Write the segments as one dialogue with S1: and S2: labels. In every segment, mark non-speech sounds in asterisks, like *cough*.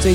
S1: 最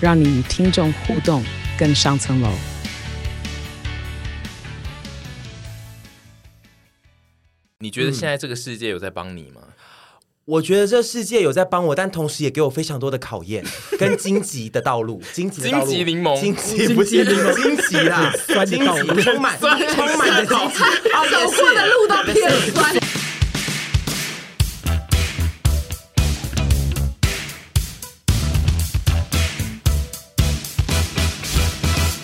S1: 让你与听众互动更上层楼。
S2: 你觉得现在这个世界有在帮你吗？
S3: 我觉得这世界有在帮我，但同时也给我非常多的考 *laughs* 验，跟荆棘的道路，荆棘的道路，
S2: 荆棘柠檬
S3: 荆棘不是荆棘啦，荆棘充满充满的荆棘，哦
S4: 走过的路都偏酸。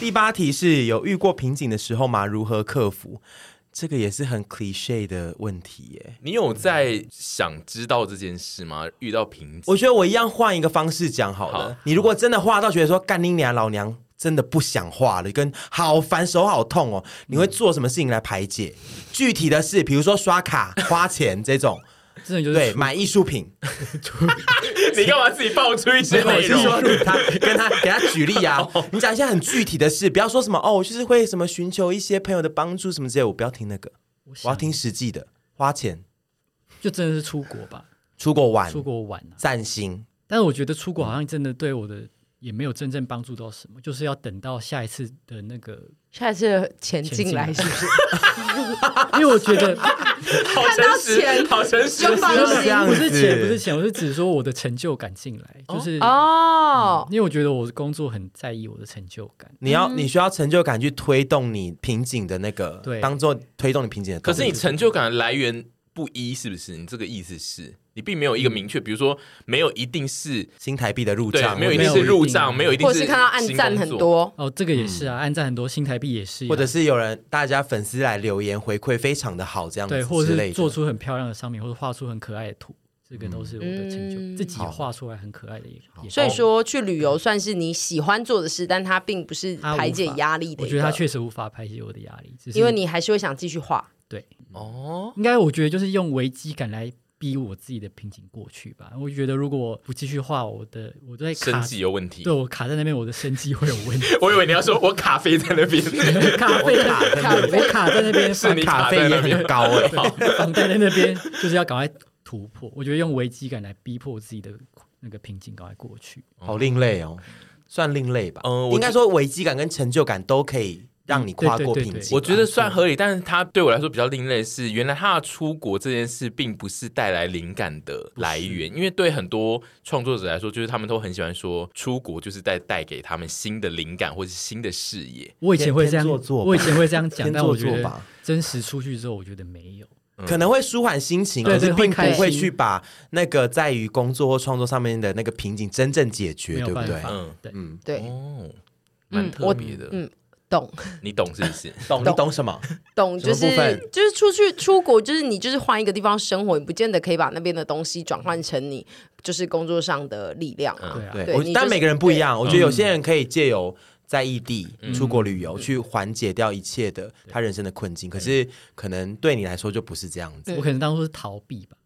S3: 第八题是有遇过瓶颈的时候吗？如何克服？这个也是很 cliche 的问题耶。
S2: 你有在想知道这件事吗？遇到瓶颈，
S3: 我觉得我一样换一个方式讲好了。
S2: 好
S3: 你如果真的画到觉得说干你娘，老娘真的不想画了，跟好烦，手好痛哦，你会做什么事情来排解？具体的事，比如说刷卡、花钱这种，
S5: 真的就是
S3: 对，买艺术
S5: *laughs*
S3: 品。
S2: 你干嘛自己爆出一些
S3: 我
S2: 内
S3: 是说
S2: 容？
S3: 他跟他给他举例
S5: *laughs*
S3: 啊，
S5: 哦
S3: 你讲一些很具体的事，不要说什么哦，我就是会什么寻求一些朋友的帮助什么之类的，我不要听那个，我要听实际的，花钱、
S5: 就真的是出国吧，
S3: 出国玩、
S5: 出国玩啊。
S3: 散心。
S5: 但是我觉得出国好像真的对我的也没有真正帮助到什么，就是要等到下一次的那个，
S4: 下一次钱进来
S5: 钱
S4: 是
S5: 进啊
S4: 不是？
S5: *laughs* 因为我觉
S4: *laughs*
S5: 得
S2: 好诚实，好诚实
S4: 就。放
S3: 不是这
S4: 心
S3: 样
S5: 不是钱，
S3: 子
S5: 不是钱，我是指说我的成就感进来，就是
S4: 哦。
S5: 因为我觉得我工作很在意我的成就感，
S3: 你要你需要成就感去推动你瓶颈的那个，
S5: 对
S3: 当做推动你瓶颈的动
S2: 可
S3: 力。
S2: 是你成就感的来源不一，是不是？你这个意思是你并没有一个明确，比如说没有一定是
S3: 新台币的入
S2: 对，
S3: 账，
S2: 没有一
S3: 或
S2: 定
S3: 者
S2: 是入账，嗯没有一定
S4: 或者是看到暗赞很
S2: 新工作，
S4: 多，
S5: 哦，这个也是啊，按赞很多新台币也是啊、
S3: 嗯或者是有人大家粉丝来留言回馈非常的好，这样子
S5: 对，或
S3: 之
S5: 者
S3: 类
S5: 是
S3: 的
S5: 做出很漂亮的商品，或者画出很可爱的图，这个都是我的成就，
S4: 嗯
S5: 自己画出来很可爱的也。也
S4: 所以说去旅游算是你喜欢做的事，但它并不是
S5: 它无
S4: 排解
S5: 法
S4: 压力的一个。
S5: 我觉得他确实无法排解我的压力，只是
S4: 因为你还是会想继续画。
S5: 对，
S2: 哦，
S5: 应该我觉得就是用危机感来逼我自己的瓶颈过去吧。我觉得如果我不继续画，我的我都在
S2: 生
S5: 卡，
S2: 计有问题
S5: 对。我卡在那边，我的生计会有
S2: *laughs*
S5: 问题。
S2: 我以为你要说我卡飞在 *laughs* 那边，
S5: 卡费卡，我卡在那边，
S2: 是你
S3: 卡
S2: 卡
S3: 费
S2: 在
S3: 也
S2: 那边
S3: 很高哎、
S5: 房贷在那边，就是要赶快突破。我觉得用危机感来逼迫自己的那个瓶颈赶快过去。
S3: 好另类哦，算另类吧。
S2: 嗯
S5: 呃
S3: 嗯，
S2: 我
S3: 应该说危机感跟成就感都可以让你跨过瓶
S5: 嗯对对
S3: 颈。
S5: 对
S2: 我觉得算合理，但是它对我来说比较另类的是，原来他出国这件事并不是带来灵感的来源，因为对很多创作者来说，就是他们都很喜欢说出国就是带带给他们新的灵感或是新的视野。
S5: 我以前会这样，
S3: 天天做作吧
S5: 我以前会这样讲，
S3: 天
S5: 但
S3: 做
S5: 我觉
S3: 作
S5: 得
S3: 吧，
S5: 真实出去之后，我觉得没有。
S3: 嗯可能会舒缓心情，
S5: 对
S3: 可是
S5: 对会
S3: 并
S5: 开
S3: 不
S4: 心
S3: 会去把那个在于工作或创作上面的那个瓶颈真正解
S5: 没
S3: 决，
S5: 有
S3: 对不
S5: 办
S3: 对？
S5: 法
S2: 嗯
S5: 对
S3: 嗯，
S4: 对，
S2: 哦，蛮特别的，
S4: 嗯，懂
S2: 你懂是不是？
S3: 懂你懂什么？
S4: 懂，就
S3: 什么部
S4: 是
S3: 分
S4: 就是出去出国，就是你就是换一个地方生活，你不见得可以把那边的东西转换成你就是工作上的力量啊。
S5: 对啊，
S3: 对，
S4: 对
S3: 我
S4: 你就
S3: 但
S4: 是
S3: 每个人不一样。我觉得有些人可以借由在异地
S5: 嗯
S3: 出国旅游去缓解掉一切的他人生的困境，可是可能对你来说就不是这样子。
S5: 我可能当初是逃避吧。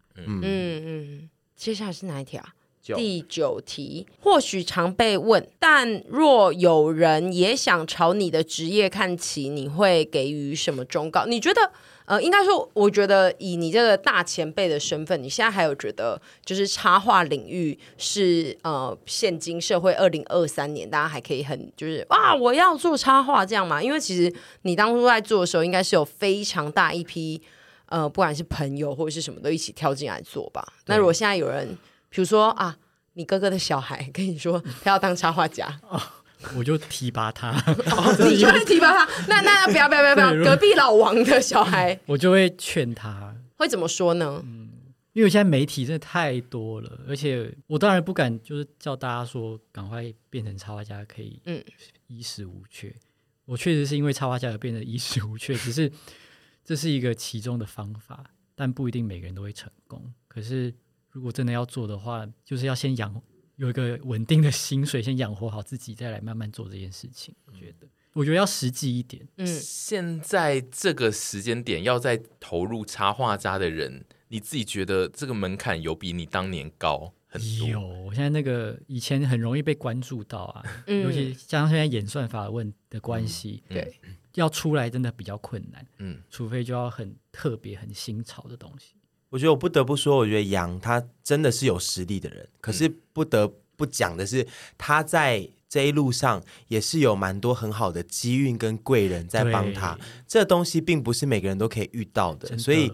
S4: 嗯嗯，接下来是哪一条啊？
S3: 九
S4: 第九题，或许常被问，但若有人也想朝你的职业看齐，你会给予什么忠告？你觉得，呃，应该说，我觉得以你这个大前辈的身份，你现在还有觉得，就是插画领域是呃，现今社会二零二三年，大家还可以很就是哇，我要做插画这样吗？因为其实你当初在做的时候，应该是有非常大一批呃，不管是朋友或者是什么，都一起跳进来做吧。那如果现在有人，比如说啊，你哥哥的小孩跟你
S5: *laughs*
S4: 说他要当插画家，
S5: 哦
S4: 哦
S5: 我就提拔他， *laughs*
S4: 你就会提拔他。那那那不要不要不要不
S5: 对
S4: 要，
S5: 如
S4: 隔
S5: 果嗯
S4: 壁老王的小孩
S5: 我就会劝他，
S4: 会怎么说呢？
S5: 因为我现在媒体真的太多了，而且我当然不敢就是叫大家说赶快变成插画家可以
S4: 嗯
S5: 衣食无缺。我确实是因为插画家而变得衣食无缺，只是这是一个其中的方法，但不一定每个人都会成功。可是如果真的要做的话，就是要先养有一个稳定的薪水，先养活好自己，再来慢慢做这件事情。我觉得，我觉得要实际一点。
S4: 嗯，
S2: 现在这个时间点要再投入插画家的人，你自己觉得这个门槛有比你当年高很
S5: 有，
S2: 多？
S5: 我现在那个以前很容易被关注到啊，
S4: 嗯
S5: 尤其加上现在演算法的问的关系，
S3: 嗯
S4: 对，
S5: 要出来真的比较困难，
S2: 嗯，
S5: 除非就要很特别、很新潮的东西。
S3: 我觉得我不得不说，我觉得杨他真的是有实力的人。可
S5: 嗯
S3: 是不得不讲的是，他在这一路上也是有蛮多很好的机运跟贵人在帮他
S5: 对。
S3: 这东西并不是每个人都可以遇到的，
S5: 真的
S3: 所以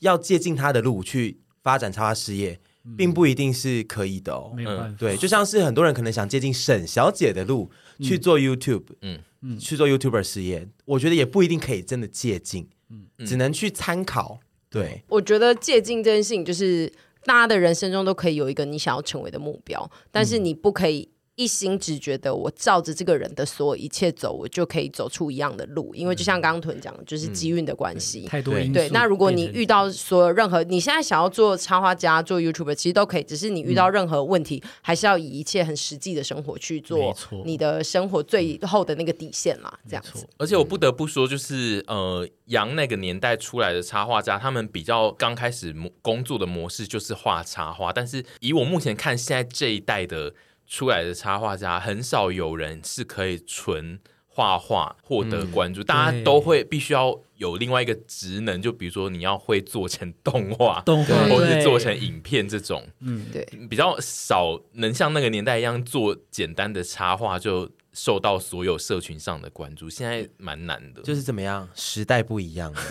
S3: 要借近他的路去发展插画事业，并不一定是可以的哦
S5: 嗯没。有办法，
S3: 对，就像是很多人可能想借近沈小姐的路去做 YouTube，
S2: 嗯
S3: 嗯嗯，去做 YouTuber 事业，我觉得也不一定可以真的借近，嗯，只能去参考。对，
S4: 我觉得借镜这件事情，就是大家的人生中都可以有一个你想要成为的目标，但
S5: 嗯
S4: 是你不可以一心只觉得我照着这个人的所有一切走，我就可以走出一样的路，因为就
S5: 嗯
S4: 像刚刚屯讲的，就是机运的关系。
S5: 太多
S3: 对
S5: 因素。
S4: 对，那如果你遇
S5: 到
S4: 到所有任何你现在想要做插画家、做 YouTuber，其实都可以，只是你遇
S5: 嗯
S4: 到任何问题，还是要以一切很实际的生活去
S5: 没
S4: 做
S5: 错嗯
S4: 你的生活最后的那个底线啦，这样子。
S2: 而且我不得不说，就是呃，杨那个年代出来的插画家，他们比较刚开始模工作的模式就是画插画，但是以我目前看，现在这一代的出来的插画家，很少有人是可以纯画画获得关注，大家都会必须要有另外一个职能，就比如说你要会做成动画，
S5: 动画
S2: *laughs* 或者是
S5: 对
S2: 做成影片这种，
S3: 嗯
S4: 对，
S2: 比较少能像那个年代一样做简单的插画就受到所有社群上的关注，现在蛮难的。
S3: 就是怎么样，时代不一样了，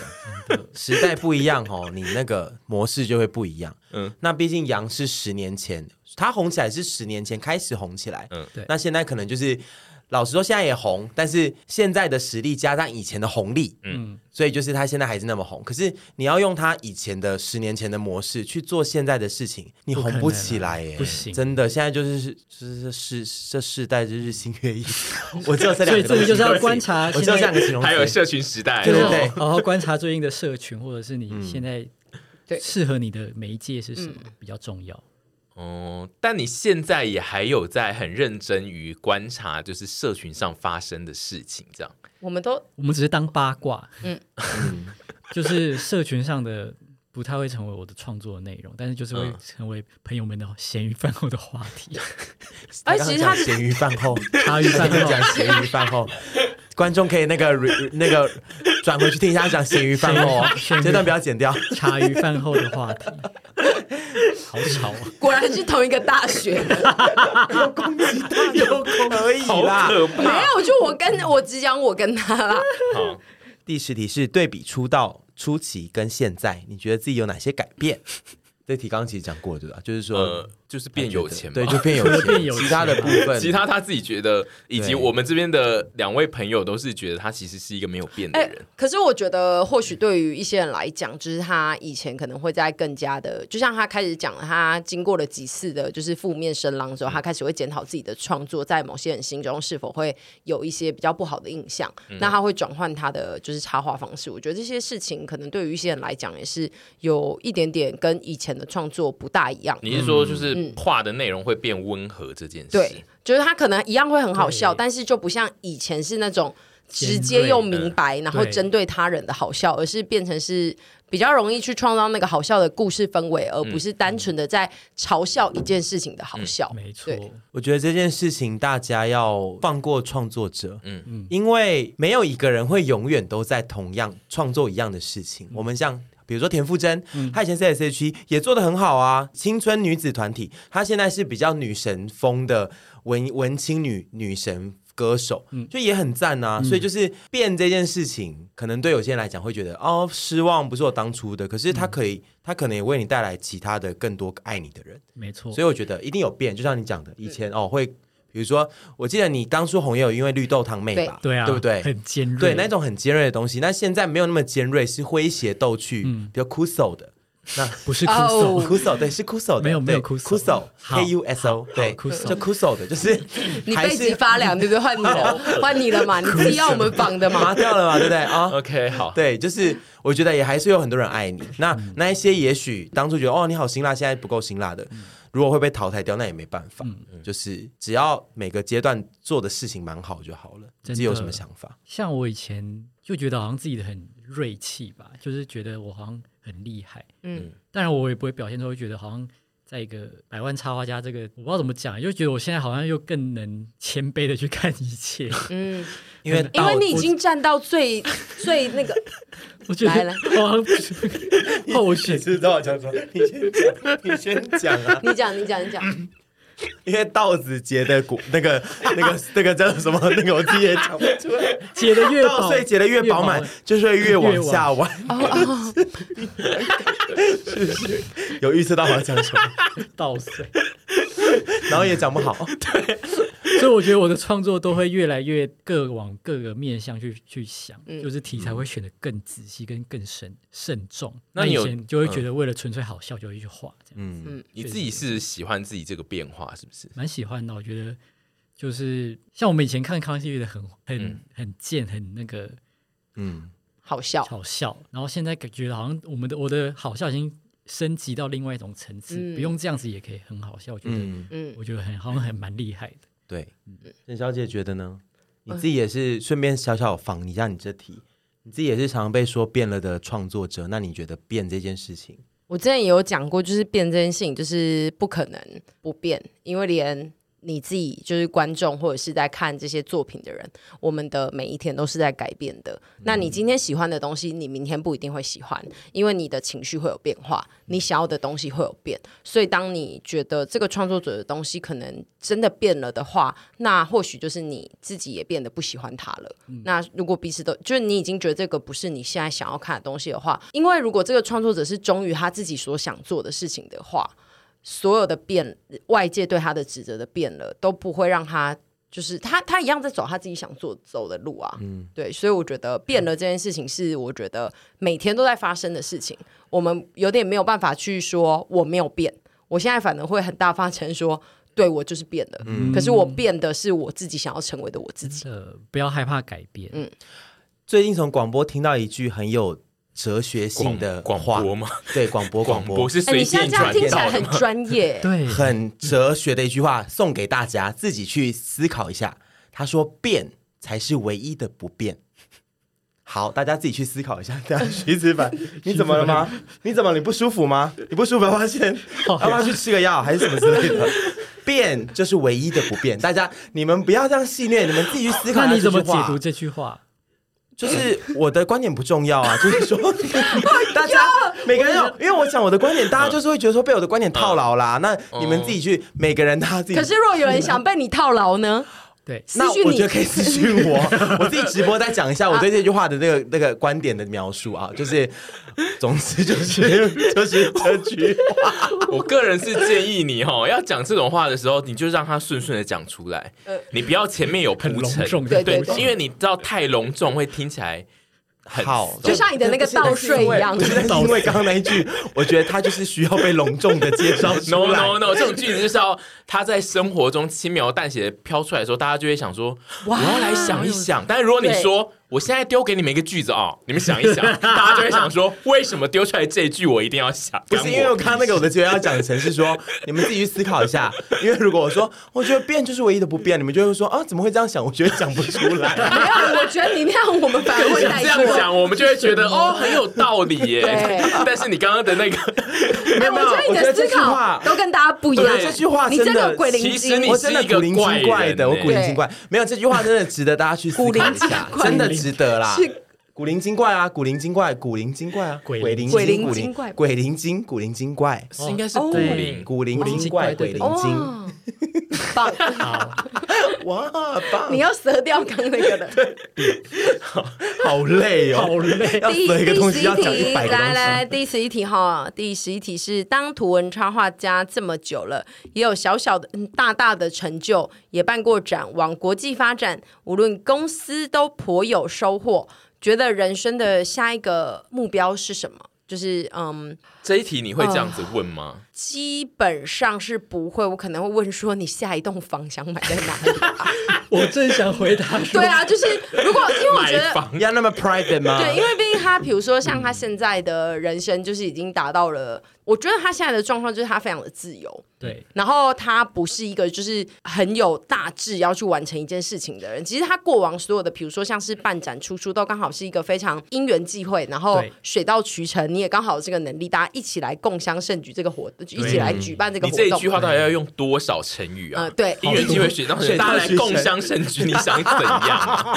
S3: 时代不一样哦，你那个模式就会不一样。
S2: 嗯
S3: 嗯，那毕竟杨是十年前，他红起来是十年前开始红起来，
S2: 嗯
S3: 嗯，
S5: 对
S3: 那现在可能就是。老实说，现在也红，但是现在的实力加上以前的红利，嗯，所以就是他现在还是那么红。可是你要用他以前的十年前的模式去做现在的事情，你
S5: 不可
S3: 红
S5: 能
S3: 不起来耶，
S5: 不行
S3: 真的，现在就是就是这世这世代是日新月异，我只有这两
S5: 所
S3: 个
S5: 以
S3: 东西，
S5: 这个就是要
S3: 对不起
S5: 观察
S3: 我只有这两个形容词，
S2: 还有社群时代，
S3: 对对对嗯
S5: 好好观察最近的社群，或者是你现在
S4: 对嗯
S5: 适合你的媒介是什么比较重要。
S2: 哦，但你现在也还有在很认真于观察，就是社群上发生的事情，这样。
S4: 我们都
S5: 我们只是当八卦，
S4: 嗯
S5: 嗯， *laughs* 就是社群上的不太会成为我的创作的内容，但是就是会
S2: 嗯
S5: 成为朋友们的闲鱼饭后的话题， *laughs*
S4: 哎其实
S3: 刚刚
S4: 他 *laughs*
S3: 讲咸鱼饭后，
S2: *laughs*
S5: 茶余饭
S3: 他 *laughs*
S5: 后
S3: 讲咸鱼饭后，观众可以那个 re- 那个转回去听一下他讲咸鱼饭后哦
S5: 咸，鱼
S3: 这段不要剪掉。
S5: 茶余饭后的话题，好吵啊！
S4: 果然是同一个大
S5: *laughs*
S4: 学的。
S3: 有可以
S2: 好
S3: 啦。
S2: 可怕！
S4: 没有，就我跟我只讲我跟他啦。
S2: 好
S3: 第十题是对比出道初期跟现在，你觉得自己有哪些改
S2: *laughs*
S3: 变？这题刚刚其实讲过对吧？就是说
S2: 呃，就是变有钱嘛，*laughs*
S3: 嗯对，就变有
S5: *laughs* 变有
S3: 钱。其
S5: 钱
S3: 他的部分，
S2: 其他他自己觉得，以及
S3: 对
S2: 我们这边的两位朋友都是觉得他其实是一个没有变的
S4: 哎、
S2: 人。
S4: 可是我觉得，或许对于一些人来讲，就是他以前可能会在更加的，就像他开始讲，他经过了几次的，就是负面声浪之后，他开始会检讨自己的创作，在某些人心中是否会有一些比较不好的印象。
S2: 嗯
S4: 那他会转换他的就是插画方式。我觉得这些事情可能对于一些人来讲，也是有一点点跟以前的创作不大一样。
S2: 你是说，就是画的内容会变温和这件事？
S4: 嗯对，就是他可能一样会很好笑，
S5: 对
S4: 但是就不像以前是那种直
S5: 尖
S4: 接
S5: 锐
S4: 又
S5: 的
S4: 明白，然后
S5: 对
S4: 针对他人的好笑，而是变成是比较容易去创造那个好笑的故事氛围，而
S5: 嗯
S4: 不是单纯的在嘲笑一件事情的好笑。
S5: 没错，
S4: 对
S3: 我觉得这件事情大家要放过创作者，
S2: 嗯
S3: 嗯嗯，因为没有一个人会永远都在同样创作一样的事情。我们像。比如说田馥甄，她以前 C S H E 也做的很好啊，青春女子团体，她现在是比较女神风的文文青女女神歌手，就也很赞啊。所以就是变这件事情，可能对有些人来讲会觉得哦失望，不是我当初的，可是她可以，她可能也为你带来其他的更多爱你的人。
S5: 没错
S3: 所。以我觉得一定有变，就像你讲的，以前哦会，比如说，我记得你当初红也有因为绿豆汤妹吧，
S5: 对啊，
S3: 对不对？
S5: 很尖锐，嗯 *laughs*
S3: 对，那种很尖锐的东西，那现在没有那么尖锐，是诙谐逗趣，比较酷手的。
S5: 不是哭
S4: 哦
S5: 手，
S3: 酷手对是酷手的，
S5: 没有没有
S3: 酷
S5: 酷
S3: 酷
S5: 手
S3: 手
S5: 好
S3: K U S O
S5: 好
S3: 对
S5: 酷手
S3: 就酷手的，就是
S4: *laughs* 你
S3: 还
S4: 背
S3: 是
S4: 脊发凉，对不对？换你了，
S5: *laughs*
S4: 换你了嘛，你自己要我们绑的
S3: 麻
S4: 嘛。
S3: 掉了嘛，对不对啊？
S2: OK，好，
S3: 对，就是我觉得也还是有很多人爱
S5: 嗯
S3: 你。那那一些也许当初觉得哦你好辛辣，现在不够辛辣的，
S5: 嗯
S3: 如果会被淘汰掉，那也没办法。就是只要每个阶段做的事情蛮好就好了。自
S5: 真的
S3: 己有什么想法？
S5: 像我以前就觉得好像自己的很锐气吧，就是觉得我好像很厉害。
S4: 嗯，
S5: 当然我也不会表现出来，会觉得好像在一个百万插画家这个，我不知道怎么讲，就觉得我现在好像又更能谦卑的去看一切。 *laughs*
S4: 嗯，
S3: 因为
S4: 因
S3: 到
S4: 为你已经站到最最那个，
S5: 我觉得
S4: 来来
S5: 好像不
S2: *laughs*
S5: 是哎后续
S3: 知道我想说，你先讲，你先讲
S5: *laughs*
S3: 啊。
S4: 你讲，你讲，你讲，
S5: 嗯
S3: 因为稻子节的果那个那个那个叫什么？那个我自己也讲不出来。
S5: 解的越
S3: 稻
S5: 饱，
S3: 穗结的越饱满，就是会越往下弯。 *laughs* 是不是有预测到我要讲什么？
S5: 稻穗。
S3: 然后也讲不
S2: *laughs*
S3: 好。
S5: 所以我觉得我的创作都会越来越各往各个面向去去想，
S4: 嗯
S5: 就是题材会选的更仔细跟更慎慎重。
S2: 嗯那你
S5: 以
S2: 有嗯
S5: 前就会觉得为了纯粹好笑就会去画，这样
S3: 嗯，
S2: 你自己是喜欢自己这个变化是不是？
S5: 蛮喜欢的。我觉得就是像我们以前看康熙的很很、
S2: 嗯
S5: 很贱，很那个
S3: 嗯，
S4: 好笑，
S5: 好笑，然后现在感觉好像我们的我的好笑已经升级到另外一种层次，
S4: 嗯
S5: 不用这样子也可以很好笑。我觉得、
S3: 嗯，
S4: 嗯，
S5: 我觉得很好像很蛮厉害的。
S3: 对。沈小姐觉得呢？你自己也是顺便小小仿一下你这题，你自己也是常被说变了的创作者，那你觉得变这件事情，
S4: 我之前也有讲过，就是辩证性就是不可能不变，因为连你自己就是观众或者是在看这些作品的人，我们的每一天都是在改变的。那你今天喜欢的东西，你明天不一定会喜欢，因为你的情绪会有变化，你想要的东西会有变。所以，当你觉得这个创作者的东西可能真的变了的话，那或许就是你自己也变得不喜欢他了。那如果彼此都就是你已经觉得这个不是你现在想要看的东西的话，因为如果这个创作者是忠于他自己所想做的事情的话，所有的变外界对他的指责的变了，都不会让他就是他他一样在走他自己想做走的路啊。对，所以我觉得变了这件事情是我觉得每天都在发生的事情，我们有点没有办法去说我没有变，我现在反而会很大方承认说。对，我就是变了，可是我变的是我自己想要成为的我自己。
S5: 呃，不要害怕改变，，
S4: 嗯
S3: 最近从广播听到一句很有哲学性的
S2: 广
S3: 话
S2: 广播吗？
S3: 对，广
S2: *laughs*
S3: 播
S2: 广
S3: 播
S2: 播是
S4: 哎，
S2: 随
S4: 你现在
S2: 便转
S4: 这样听起来
S2: 到的
S4: 很
S2: 吗？
S4: 专业
S5: *laughs* 对，
S3: 很哲学的一句话，送给大家，自己去思考一下。他说：“变才是唯一的不变。”好，大家自己去思考一下。这样，徐子
S5: *laughs*
S3: 凡，你怎么了吗？你怎么了？你不舒服吗？你不舒服，要不要先要不要去吃个药，还是什么之类的？ *laughs* 变就是唯一的不变。大家，你们不要这样戏虐，你们自己去思考一下
S5: 那你怎么
S3: 这
S5: 解
S3: 句话
S5: 读这句话？
S3: 就是我的观点不重要啊，
S4: *laughs*
S3: 就是说
S4: 哦
S3: 大家每个人有，因为我讲我的观点，大家就是会觉得说被我的观点套牢啦。那你们自己去，每个人他自己。
S4: 嗯可是若有人想被你套牢呢？
S5: 对，
S4: 私
S3: 那
S4: 讯
S3: 我
S4: 你啊
S3: 觉得可以私信我，
S4: *laughs*
S3: 我自己直播再讲一下我对这句话的那个那个观点的描述啊，
S4: *laughs*
S3: 就是，总之就是就是这句
S4: *laughs*
S3: 话，
S2: 我个人是建议你哦，要讲这种话的时候，你就让他顺顺的讲出来，你不要前面有铺
S5: 很隆
S2: 陈，
S5: 重
S4: 呃对
S5: 的
S2: 对
S5: 东西，
S2: 因为你知道太隆重会听起来很
S3: 好，
S4: 就像你的那个稻穗一样
S3: 对但是因为刚刚那一句，我觉得他就是需要被隆重的介绍
S2: no
S3: 出来。
S2: no no，这种句子就是要他在生活中轻描淡写的飘出来的时候，大家就会想说，我
S4: 哇
S2: 要来想一想。但是如果你说我现在丢给你们一个句子哦，你们想
S3: *laughs*
S2: 一想，大家就会想说，为什么丢出来这一句我一定要想？
S3: 不是因为我刚刚那个我的觉得要讲成是说，你们自己去思考一下。因为如果我说我觉得变就是唯一的不变，你们就会说啊怎么会这样想？我觉得讲不出来。
S4: *laughs* 没有，我觉得你那样我们反而会带
S2: 这样
S4: 过。
S2: 讲，我们就会觉得哦很有道理耶
S4: *laughs* 对。
S2: 但是你刚刚的那个，
S4: 哎，我觉得你的思
S3: 我觉得这句话
S4: 考都跟大家不一样。
S2: 对
S3: 这句话
S4: 你
S3: 真的
S4: 真的有鬼灵
S2: 其实
S4: 精
S2: 你，
S3: 我真的古灵精怪的，我古灵精怪。没有这句话真的值得大家去思考一下，
S4: 古灵精怪
S3: 真的值得啦
S4: 是。
S3: 古灵精怪啊，古灵精怪，古灵精怪啊，
S5: 鬼
S3: 鬼灵
S4: 鬼灵
S3: 古
S4: 精怪
S3: 鬼灵精，古灵精怪，
S2: 是应该是
S4: 哦
S2: 古灵，
S3: 古灵精怪，鬼
S5: 古灵精
S3: 灵
S5: 怪
S3: 精，
S4: 哇，棒！
S3: 哇，棒
S4: *laughs* 你要舌掉刚那个 *laughs* 的。
S3: 好累哦，
S5: 好累
S3: 要
S4: 第
S3: 死一个东
S4: 第
S3: 西
S4: 十
S3: 要讲
S4: 题，
S3: 一百个东
S4: 来
S3: 西。
S4: 来，第十一题哈，第十一题是当图文插画家这么久了，也有小小的、嗯大大的成就，也办过展，往国际发展，无论公司都颇有收获。觉得人生的下一个目标是什么？就是嗯，
S2: 这一题你会这样子问吗？
S4: 基本上是不会。我可能会问说，你下一栋房想买在哪里？
S5: 我正想回答说
S4: 对，
S2: *laughs*
S4: 啊，就是如果因为我
S2: 买
S4: 觉得
S2: 房
S3: 要那么 private 吗？
S4: 对，因为毕竟他，比如说像他现在的人生，就是已经达到了，我觉得他现在的状况就是他非常的自由，
S5: 对，
S4: 然后他不是一个就是很有大志要去完成一件事情的人。其实他过往所有的，比如说像是办展出书，都刚好是一个非常因缘际会，然后
S5: 对
S4: 水到渠成，你也刚好有这个能力，大家一起来共襄盛举这个活，一起来举办这个
S2: 你
S4: 活
S2: 这一
S4: 动
S2: 句。话
S3: 嗯
S2: 到底要用多少成语啊
S4: 呃？对
S2: 因缘机会选到大家来共襄盛举，你想怎样
S4: *laughs*
S2: 啊？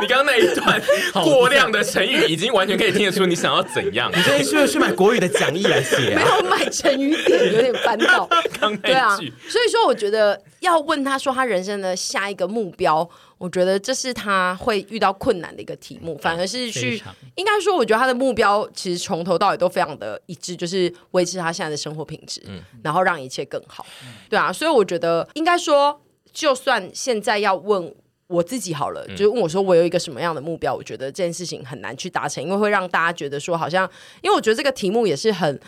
S2: 你刚刚那一
S3: *laughs*
S2: 段过量的成语，已经完全可以听得出你想要怎
S3: *laughs*
S2: 样。
S3: 所以是不是去买国语的讲义来写
S4: 没
S3: 啊？
S4: 有买成语典，有点翻到。
S2: 刚
S4: 对啊，
S5: *laughs*
S2: 那
S4: 所
S2: 一句，
S4: 以说我觉得要问他说他人生的下一个目标，我觉得这是他会遇到困难的一个题目，反而是
S5: 非
S4: 去
S5: 常
S4: 应该说，我觉得他的目标其实从头到尾都非常的一致，就是维持他现在的生活品质，
S5: 嗯
S4: 然后让一切更好，对啊，所以我觉得应该说，就算现在要问。我自己好了，就是问我说我有一个什么样的目标，我觉得这件事情很难去达成，因为会让大家觉得说好像，因为我觉得这个题目也是很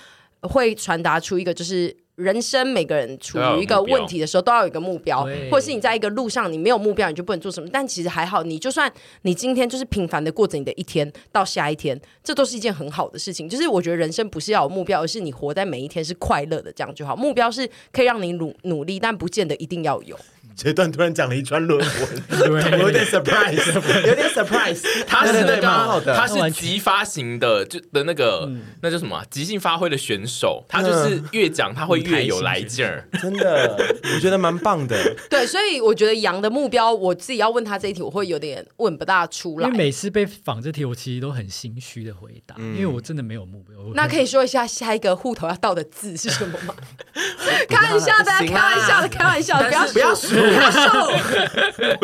S4: 会传达出一个就是人生每个人处于一个问题的时候都要有一个目标
S5: 对，
S4: 或者是你在一个路上你没有目标你就不能做什么，但其实还好，你就算你今天就是平凡的过着你的一天到下一天，这都是一件很好的事情。就是我觉得人生不是要有目标，而是你活在每一天是快乐的，这样就好。目标是可以让你努努力，但不见得一定要有。
S3: 这段突然讲了一串论文，
S5: 对
S3: 有点 surprise，有点 surprise。
S2: 他是
S3: 对
S2: 那
S3: 对对
S2: 个
S3: 蛮好嗯
S2: 啊，
S3: 的，
S2: 他是即发型的，就的那个，那叫什么啊？即兴发挥的选手，他就是
S3: 嗯
S2: 越讲他会越有来劲儿。
S3: 真的，我觉得蛮棒的。
S4: *laughs* 对，所以我觉得羊的目标，我自己要问他这一题，我会有点问不大出来
S5: 因为。每次被仿这题，我其实都很心虚的回答，
S3: 嗯
S5: 因为我真的没有目标。我
S4: 那可以说一下下一个户头要到的字是什么
S3: *laughs*
S4: 吗？开玩笑的，
S3: 不行
S4: 开
S3: 啊
S4: 玩笑的，开玩笑的，不要
S3: 不要
S4: 数，不要
S2: *laughs*
S4: 数。
S2: 不要说，
S3: 嗯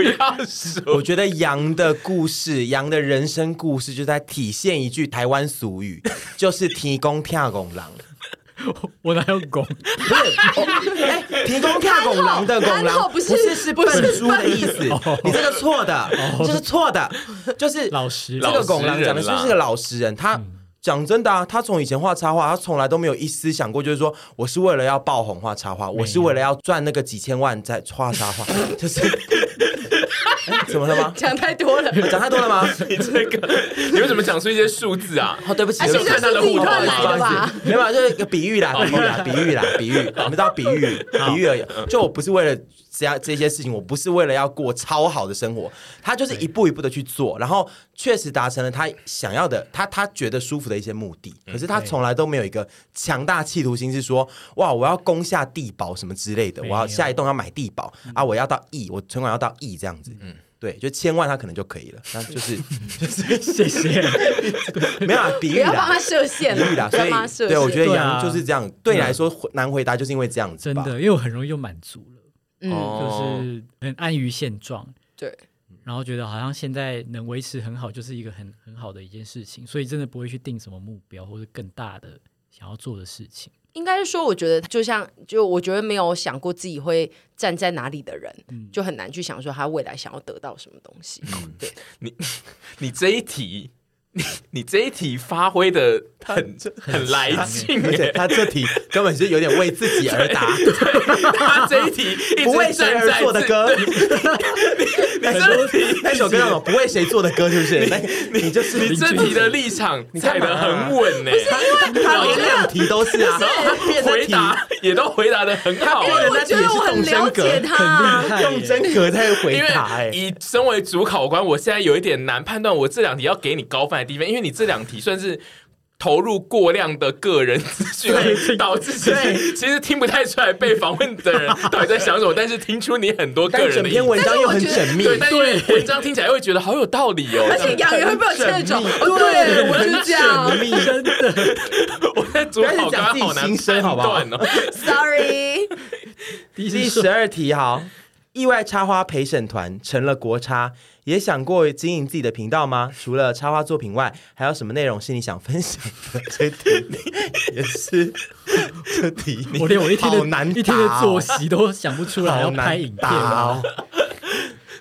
S3: 我觉得羊的故事，羊的人生故事，就在体现一句台湾俗语，就是“提供跳拱狼
S5: 我哪有
S4: *laughs*
S5: 拱？”，
S3: 不是，哦哎、提供跳拱狼的拱
S4: 憨厚
S3: 狼，
S4: 不是
S3: 是是
S4: 不是
S3: 笨猪的意思
S5: 笨，
S3: 你这个错的，这是错的，就是
S5: 老实
S3: 这
S5: 人
S3: 个拱狼讲的
S2: 老实人啦
S3: 就是个老实人，他。讲真的啊，他从以前画插画，他从来都没有一丝想过，就是说我是为了要爆红画插画，我是为了要赚那个几千万在画插画，就是、 *laughs* 哎怎么了
S4: *laughs*
S3: 吗？
S4: 讲太多了。
S3: 讲太多了吗？
S2: 你这个，你为什么讲出一些数字啊？
S3: 哦，对不起，
S4: 而
S3: 对
S4: 且
S3: 不起
S4: 这
S2: 看他
S4: 是
S2: 的
S4: 自
S2: 户
S4: 己
S2: 头
S4: 乱
S2: 不
S4: 来
S2: 好
S4: 的
S2: 意思
S4: 吧？
S3: 没有啦，就是一个比喻啦，比喻啦，比喻啦，比喻，我们到比喻，比喻而已。就我不是为了这样这些事情，我不是为了要过超好的生活，他就是一步一步的去做，然后确实达成了他想要的，他他觉得舒服的一些目的。可是他从来都没有一个强大企图心，是说哇，我要攻下地堡什么之类的，我要
S5: 没有
S3: 下一栋要买地堡啊，我要到亿，我存款要到亿这样子。对，就千万他可能就可以了，那就是
S4: *laughs*
S5: 谢谢。
S3: 没有啊，比
S4: 不
S3: 喻
S4: 要
S3: 啦
S4: 帮。他设限
S3: 比喻
S4: 了，
S3: 啦，
S4: 不
S3: 所
S4: 要帮他
S3: 以
S4: 设
S3: 对我
S4: 限。
S3: 觉得
S5: 对
S3: 羊
S5: 啊
S3: 就是这样，对你来说难回答就是因为这样子
S5: 真
S3: 吧，
S5: 的，因为我很容易就满足了，
S4: 嗯，
S5: 就
S2: 哦，
S5: 是很安于现状，
S4: 对，
S5: 然后觉得好像现在能维持很好，就是一个很很好的一件事情，所以真的不会去定什么目标或者更大的想要做的事
S3: *laughs*
S5: 情。
S4: 应该是说，我觉得就像就我觉得没有想过自己会站在哪里的人，就很难去想说他未来想要得到什么东西。对，
S2: 你这一题，你你这一题发挥的很很来劲 *laughs*
S3: 欸而且
S2: 耶，
S3: 他这题根本是有点为自己而答，
S2: 他这一题一
S3: 不为
S2: 直
S3: 谁
S2: 站
S3: 而
S2: 在
S3: 作的
S2: 自
S3: 歌。你那首歌叫什么？不为谁做的歌，是不是？那你就是
S2: 你这题的立场踩得
S3: 啊
S2: 很稳呢、 *laughs*
S3: 他连两题都是啊，
S2: 然后回答也都回答的很好、
S3: 因为
S2: 欸。
S4: 我觉得我很了解他啊，
S3: 用真格在回
S2: 因为
S3: 答，哎，
S2: 以身为主考官，我现在有一点难判断我这两题要给你高分的地方，因为你这两题算是投入过量的个人资讯，导致其实其实听不太出来被访问的人到底在想什么，但是听出你很多个
S3: 但
S2: 人
S3: 整
S2: 的意见
S3: 篇文章又很缜密，
S2: 对，但因为文章听起来会觉得好有道理哦。
S4: 而且杨也会被我这种，哦对，我就是这样
S3: 缜密，真的
S2: 我在主考官好难判断哦。 *laughs*
S4: ，sorry。
S5: 第一
S3: 第
S5: 是
S3: 十二题好，意外插花陪审团成了国插，也想过经营自己的频道吗？除了插花作品外，还有什么内容是你想分享的？这题也是这题，
S5: 我连我一天的
S3: 好难答哦
S5: 一天的作息都想不出来，
S3: 好
S5: 要拍
S3: 难
S5: 影片
S3: 答哦。
S5: 啊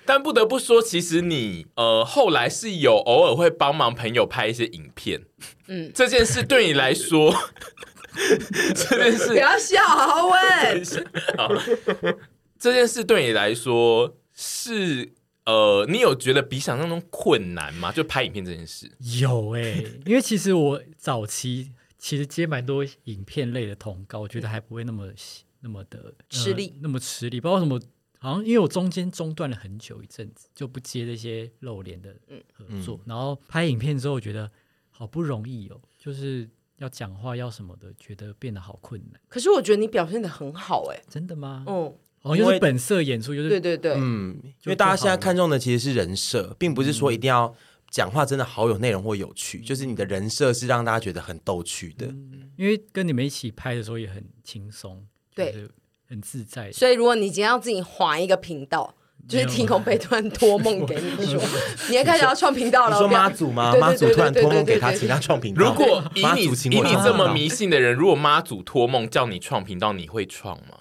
S2: 但不得不说，其实你呃后来是有偶尔会帮忙朋友拍一些影片，嗯，这件事对你来说，这件
S4: 不
S2: 事
S4: 要笑，好问。
S2: 这件事对你来说是呃，你有觉得比想象中困难吗？就拍影片这件事，
S5: 有哎、 *laughs* 因为其实我早期其实接蛮多影片类的通告，我觉得还不会那么那么的、呃
S4: 吃力
S5: 那么吃力。不知道为什么，好像因为我中间中断了很久一阵子，就不接这些露脸的
S4: 嗯
S5: 合作。然后拍影片之后，觉得好不容易哦，就是要讲话要什么的，觉得变得好困难。
S4: 可是我觉得你表现的很好、哎，
S5: 真的吗？
S4: 嗯，
S5: 哦，
S3: 因
S5: 就
S3: 为
S5: 是本色演出，就是
S4: 对对对，
S3: 嗯，因为大家现在看重的其实是人设，并不是说一定要讲话真的好有内容或有趣，就是你的人设是让大家觉得很逗趣的。
S5: 因为跟你们一起拍的时候也很轻松，
S4: 对，
S5: 很自在。
S4: 所以如果你今天要自己划一个频道，就是天空被突然托梦给你说，你要开始要创频道
S3: 你
S4: 了。
S3: 说
S4: 不要
S3: 妈祖吗？
S4: 对对
S3: 妈祖
S4: 对
S3: 突然
S4: 对对
S3: 托梦
S4: 对
S3: 给他，
S4: 对
S3: 请他创频道。
S2: 如果以
S3: 妈
S2: 你
S3: 祖请
S2: 以
S3: 我
S2: 你
S3: 创
S2: 这
S3: 频
S2: 么
S3: 道
S2: 迷信的人，如果妈祖托梦叫你创频道，你会创吗？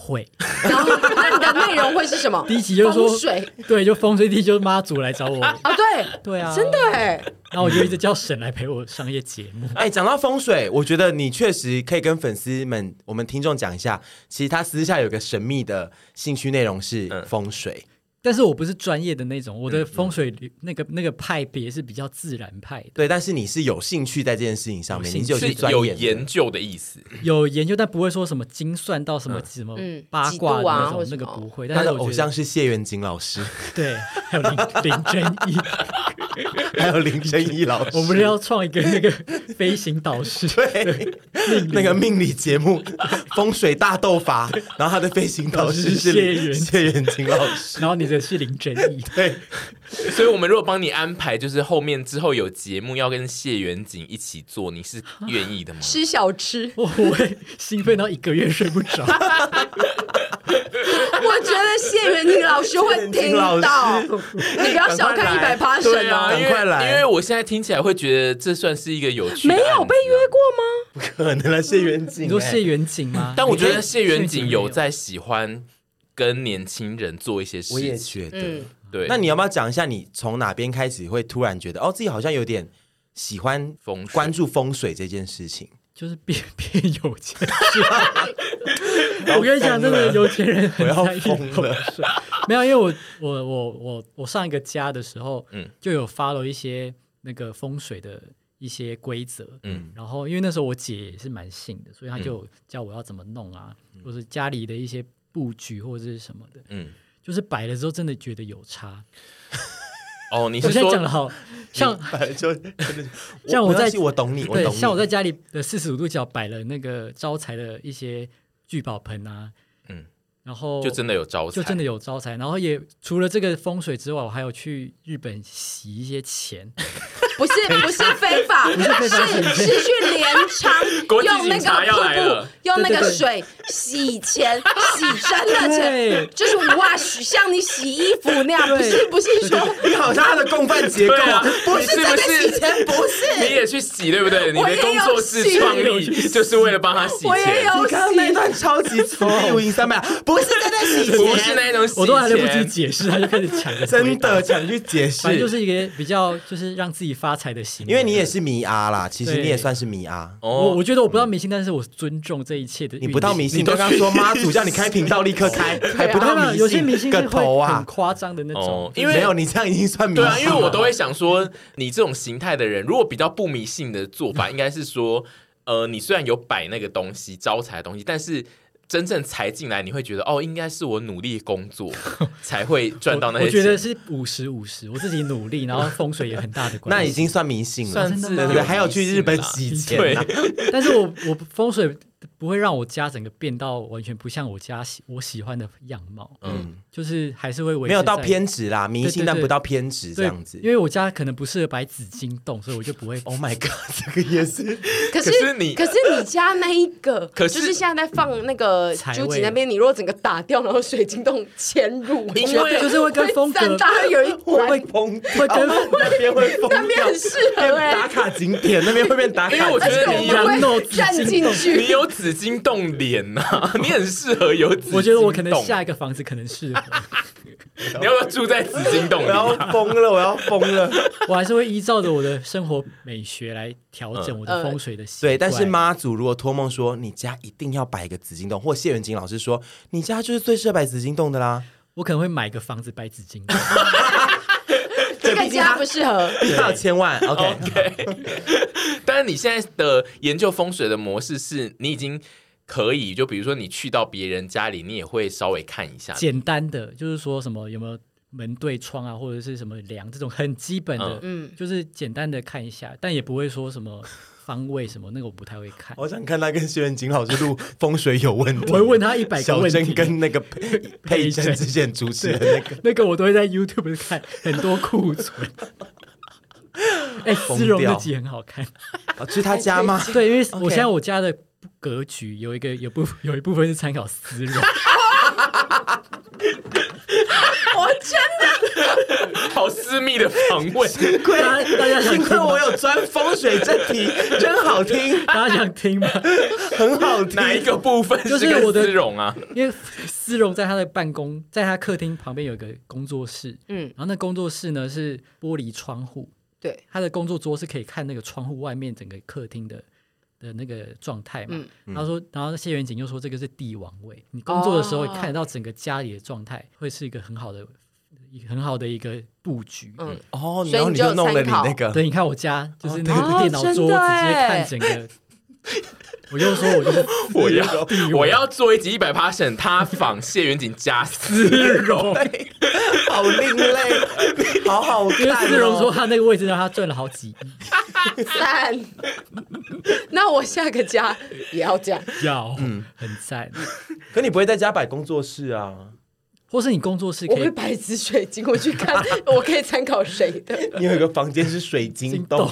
S5: 会
S4: *laughs* 然后那你的内容会是什么？
S5: 第一集就是说
S4: 风水
S5: 对，就风水地就是妈祖来找
S4: *laughs*
S5: 我，
S4: 啊，对
S5: 对啊，
S4: 真的。哎、
S5: 然后我就一直叫沈来陪我上一些节目，
S3: *laughs* 哎，讲到风水，我觉得你确实可以跟粉丝们、我们听众讲一下，其实他私下有个神秘的兴趣内容是
S2: 嗯
S3: 风水。
S5: 但是我不是专业的那种，
S3: 嗯
S5: 我的风水里那个那个派别是比较自然派的，
S3: 对，但是你是有兴趣在这件事情上面，
S5: 有
S3: 你
S5: 兴
S3: 是有去
S2: 是
S3: 钻
S2: 有
S3: 研的
S2: 研究的意思，
S5: 有研究，但不会说什么精算到什么什么
S4: 嗯
S5: 八卦的
S4: 几
S5: 那
S4: 度啊或
S5: 种，
S4: 什
S5: 那
S4: 么
S5: 个不会。但
S3: 他
S5: 是
S3: 的
S5: 我觉得
S3: 偶像是谢元景老师，
S5: 对，还有林林
S3: *laughs*
S5: 真一，
S3: 还有
S5: *laughs*
S3: 林正一老师。
S5: 我们要创一个那个飞行导师， *laughs*
S3: 对，那个命理节目《风水大斗法》，然后他的飞行导师是
S5: 老
S3: 谢
S5: 师谢
S3: 元景老师。
S5: 然后你的是林真一，
S3: 对，
S2: *laughs* 所以我们如果帮你安排，就是后面之后有节目要跟谢元景一起做，你是愿意的吗？
S4: 吃小吃，
S5: 我会兴奋到一个月睡不
S3: *laughs*
S5: 着。
S4: 我觉得谢元景老师会听到，你不要小看一百八十
S2: 对啊，
S4: 哦
S2: 因。为
S3: 赶快来
S2: 因为我现在听起来会觉得这算是一个有趣的案
S4: 没
S2: 子啊
S4: 有被约过吗？
S3: 不可能了，谢元景、
S5: 你说谢
S3: 哎，
S5: 远景吗？
S2: 但我觉
S5: 你可
S2: 得
S5: 以
S2: 谢元景有在喜欢跟年轻人做一些
S3: 我也
S2: 事情。
S3: 觉得。
S4: 嗯，
S2: 对，
S3: 那你要不要讲一下，你从哪边开始会突然觉得，哦，自己好像有点喜欢
S2: 风水
S3: 关注风水这件事情？
S5: 就是变 *laughs* 变有钱人。我跟你讲，真的有钱人很
S3: 我要
S5: 在意
S3: 疯
S5: 口
S3: 了
S5: 水。 *laughs* 没有，因为我我我我我上一个家的时候，
S2: 嗯
S5: 就有 follow 一些那个风水的一些规则，
S2: 嗯
S5: 然后因为那时候我姐也是蛮信的，所以她就教我要怎么弄啊，或是家里的一些布局或者是什么的，
S2: 嗯，
S5: 就是摆了之后真的觉得有差。
S2: 哦，你
S5: 我
S2: 是
S5: 现在讲
S2: 说
S5: 的好像
S3: 本来就真的是
S5: 像
S3: 我
S5: 我在
S3: 没关系我懂你，我
S5: 对，
S3: 懂你。
S5: 像我在家里的四十五度角摆了那个招财的一些聚宝盆啊，
S2: 嗯
S5: 嗯，然后
S2: 就真的有招财，
S5: 就真的有招财，然后也除了这个风水之外，我还有去日本洗一些钱，
S4: 不
S5: *laughs*
S4: 是不是非法，
S5: 非法
S4: 是
S5: 行为
S4: 是去镰仓
S2: 国际
S4: 用那
S2: 警察
S4: 个
S2: 要来
S4: 瀑
S2: 了
S4: 布用那
S5: 对
S4: 个
S5: 对对
S4: 水洗
S2: *laughs*
S4: 钱，洗真的
S5: 对
S4: 钱，就是 wash，像你洗衣服那样，不
S5: 对
S4: 是不是说
S3: 你好像他的共犯结构
S2: *laughs* 对啊，
S3: 不
S2: 你
S3: 是
S2: 是不
S4: 洗
S2: 是？
S4: 钱不
S2: 你
S4: 是，
S2: 也去洗对不对？你
S4: 我也
S2: 的
S4: 有
S2: 工作室
S4: 洗
S2: 创立就是为了帮他洗
S4: 我也
S2: 钱，
S4: 有
S3: 你刚刚那一
S4: 洗。
S3: 段超级错，一赢三百，不是真的洗钱，
S2: 不 *laughs* 是那种洗钱，
S5: 我都还来不及解释，他就开始抢着
S3: *laughs*
S5: 回
S3: 真
S5: 答
S3: 的，想去解
S5: 反正
S3: 释，
S5: 就是一个比较就是让自己发财的行为，
S3: 因为你也是迷阿啦，其实
S5: 对
S3: 你也算是迷阿。
S5: 我
S2: 哦
S5: 我，觉得我不到迷信，但是我尊重这一切的运
S3: 你
S5: 行。
S3: 不到迷信，
S2: 你都
S3: 刚刚说妈祖叫你开频道立刻开，还不
S5: 没有没 *laughs*
S3: 到
S5: 啊有有些迷信
S3: 个
S5: 是
S3: 头
S5: 会很
S3: 啊！
S5: 夸张的那
S2: 哦
S5: 种，
S2: 因为
S3: 没有你这样已经算迷
S2: *laughs*
S3: 信
S2: 对
S3: 了。
S2: 啊，因为我都会想说，你这种形态的人，如果比较不迷信的做法，应该是说，呃，你虽然有摆那个东西招财的东西，但是。真正财进来，你会觉得哦，应该是我努力工作才会赚到那
S5: 我
S2: 些
S5: 我觉得
S2: 钱
S5: 是五十五十，我自己努力，然后风水也很大的
S3: *laughs*
S5: 关系。
S3: 那已经算迷信了
S2: 算，是
S3: 对
S5: 真的
S3: 对
S5: 吗
S3: 对，还有去日本
S2: 迷
S3: *laughs*
S2: 信
S3: 洗
S2: 啦
S3: 钱啊，
S2: 对，
S5: 但是我我风水不会让我家整个变到完全不像我家喜我喜欢的样貌，
S2: 嗯，
S5: 就是还是会维持
S3: 没有到
S5: 在
S3: 偏执啦，迷信
S5: 对对对
S3: 但不到偏执这
S5: 对
S3: 样子
S5: 因。为我家可能不适合摆紫金洞，所以我就不会。
S3: *laughs* Oh my god，这个也是
S4: 可
S2: 可
S4: 是
S2: 是你
S4: 可是你家那一个，
S2: 可是
S4: 就是现在在放那个
S5: 财
S4: 朱
S5: 位啊
S4: 吉那边，你如果整个打掉，然后水晶洞嵌入，我觉
S2: 因为
S4: 得
S5: 就是会跟风格
S4: 三大有一
S3: 我
S4: 关
S3: 会疯掉，
S5: 会
S3: *laughs*
S5: 跟
S3: 那边会疯
S4: 那边
S3: 掉
S4: 很，适合
S3: 变
S4: 哎、
S3: 打卡景点，那边会变打卡景
S2: 因为
S3: 点。
S2: 我觉
S4: 而且
S2: 得
S3: *laughs*
S4: 我
S2: 你
S5: 有
S4: 们
S5: 肉
S4: 会
S5: 体
S4: 站进
S2: 你
S4: 去。
S2: 有紫金啊 *laughs* 冻脸呐，你很适合有紫金洞。
S5: 我觉得我可能下一个房子可能适合，
S2: 你要不要住在紫金洞
S3: 我
S2: 里？
S3: 要疯了，我要疯了。
S5: 我还是会依照着我的生活美学来调整我的
S4: 呃
S5: 风水的习惯。
S3: 嗯对，但是妈祖如果托梦说你家一定要摆一个紫金洞，或谢元景老师说你家就是最适合摆紫金洞的啦，
S5: 我可能会买个房子摆紫金的，
S4: 这个家不适合。
S3: *laughs* 要千万 OK。
S2: 但是你现在的研究风水的模式是你已经可以，就比如说你去到别人家里，你也会稍微看一下。
S5: 简单的就是说什么有没有门对窗啊，或者是什么梁这种很基本的，
S4: 嗯，
S5: 就是简单的看一下，但也不会说什么方位什么那个我不太会看。
S3: 我想看他跟谢元景老师录风水有问题，
S5: 我会问他一百个
S3: 小
S5: 问
S3: 珍
S5: 题，
S3: 跟那个佩佩珍之前主持的那个。
S5: 那个我都会在 YouTube 看很多库
S3: *laughs*
S5: 存。哎、丝绒那集很好看，
S3: 哦去
S4: 哎
S3: 他家吗？
S5: 对，因为我现在我家的格局有一个有部有一部分是参考丝
S3: *laughs*
S5: 绒，
S4: 我真
S2: 好私密的访问，
S3: 亏
S5: 大家大家想
S3: 幸 *laughs*
S4: *laughs*
S5: 听
S3: 亏我
S5: 吗？
S3: 有专风水这题，真好听，
S5: 大家想听吗？
S3: 很好听。
S2: 哪一个部分
S5: 就是
S2: 跟
S5: 我的
S2: 丝绒啊？
S5: 因为丝绒在他的办公，在他客厅旁边有一个工作室，
S4: 嗯
S5: 然后那工作室呢是玻璃窗户，
S4: 对，
S5: 他的工作桌是可以看那个窗户外面整个客厅的的那个状态嘛。
S4: 嗯
S5: 他说，然后谢元景就说这个是帝王位，你工作的时候
S4: 哦
S5: 看得到整个家里的状态，会是一个很好的、一个很好的一个布局。
S4: 嗯
S3: 哦，
S4: 所以
S3: 然后
S4: 你
S3: 你
S4: 就
S3: 就弄了
S4: 参
S3: 你
S4: 考
S3: 那个，
S5: 对，你看我家就是那
S4: 哦
S5: 个电脑桌，直
S4: 真
S5: 接
S4: 的
S5: 看
S4: 哎
S5: 整个。 *laughs* 我就说，
S4: *laughs*
S5: 我就是
S2: 我要我要做一集一百 passion，他仿谢元景加丝绒，
S3: 哎好另类，好好
S5: 因为
S3: 看、哦。
S5: 丝绒说他那个位置让他赚了好几亿，
S4: 赞。那我下个家也要这样，
S5: 要
S3: 嗯
S5: 很赞。
S3: 可你不会在家摆工作室啊？
S5: 或是你工作室
S4: 我
S5: 可
S4: 会
S5: 以
S4: 摆紫水晶，我去看，我可以参考谁的。
S3: 你有一个房间是水晶洞，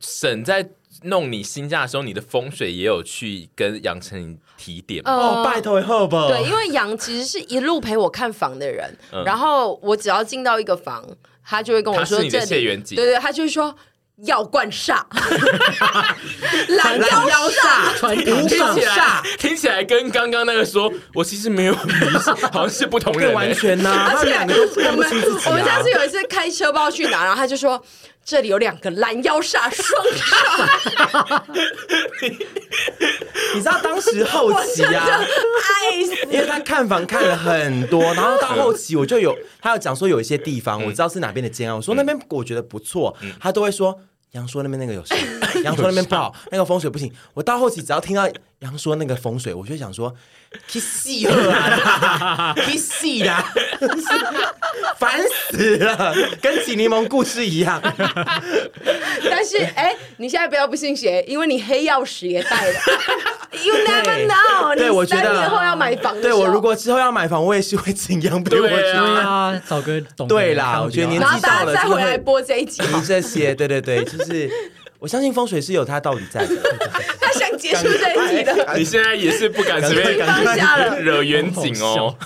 S2: 沈在弄你新家的时候，你的风水也有去跟杨丞琳提点吗。
S3: 哦，拜托后吧。
S4: 对，因为杨其实是一路陪我看房的人，然后我只要进到一个房，他就会跟我
S2: 他
S4: 说
S2: 是你
S4: 这
S2: 的
S4: 里，
S2: 谢元景
S4: 对对，他就会说要冠煞，拦腰煞，
S5: 穿堂上
S4: 无法
S2: 来听起来跟刚刚那个说，我其实没有理想，好像是不同人、
S3: 更
S2: 欸。
S3: 完全呐、他
S4: 而
S3: 们
S4: 且
S3: 两个都看
S4: 我
S3: 不
S4: 们
S3: 清自己、啊。
S4: 我们上次有一次开车不知道去哪，然后他就说这里有两个拦腰煞双煞，
S3: 你知道当时后期
S4: *laughs*
S3: 啊，
S4: 爱死。
S3: 因为他看房看了很多，然后到后期我就有，他有讲说有一些地
S2: 嗯
S3: 方我知道是哪边的煎熬，我说那边我觉得不错，他都会说。杨说那边那个有
S2: *laughs*
S3: 事，杨说那边不好，那个风水不行。我到后期只要听到杨说那个风水，我就想说，啊去戏啦，去戏啦， *laughs* 烦死了，跟挤柠檬故事
S2: *laughs*
S3: 一样。
S4: *laughs* 但是哎、你现在不要不信邪，因为你黑钥匙
S3: *laughs*
S4: 也带了。You never know，
S3: 对
S4: 你
S3: 我觉得啊
S4: 三年后要买房的时
S3: 对
S4: 候，
S3: 我如果之后要买房，我也是会请杨陪我
S2: 对
S3: 去
S2: 啊
S5: 对啊，找个懂的
S3: 对
S5: 人
S3: 啦
S5: 看
S3: 我觉得
S5: 比较
S3: 年
S4: 然
S5: 好
S4: 后
S3: 纪
S4: 大
S3: 到
S4: 家
S3: 了
S4: 再
S3: 真的
S4: 回
S3: 会
S4: 来播这一集，
S3: 提这些，对对对， *laughs* 就是我相信风水是有它道理在的。
S4: 他想结束这一集的。
S2: 你现在也是不敢随便
S4: 赶快赶快放下了
S2: 惹远景哦。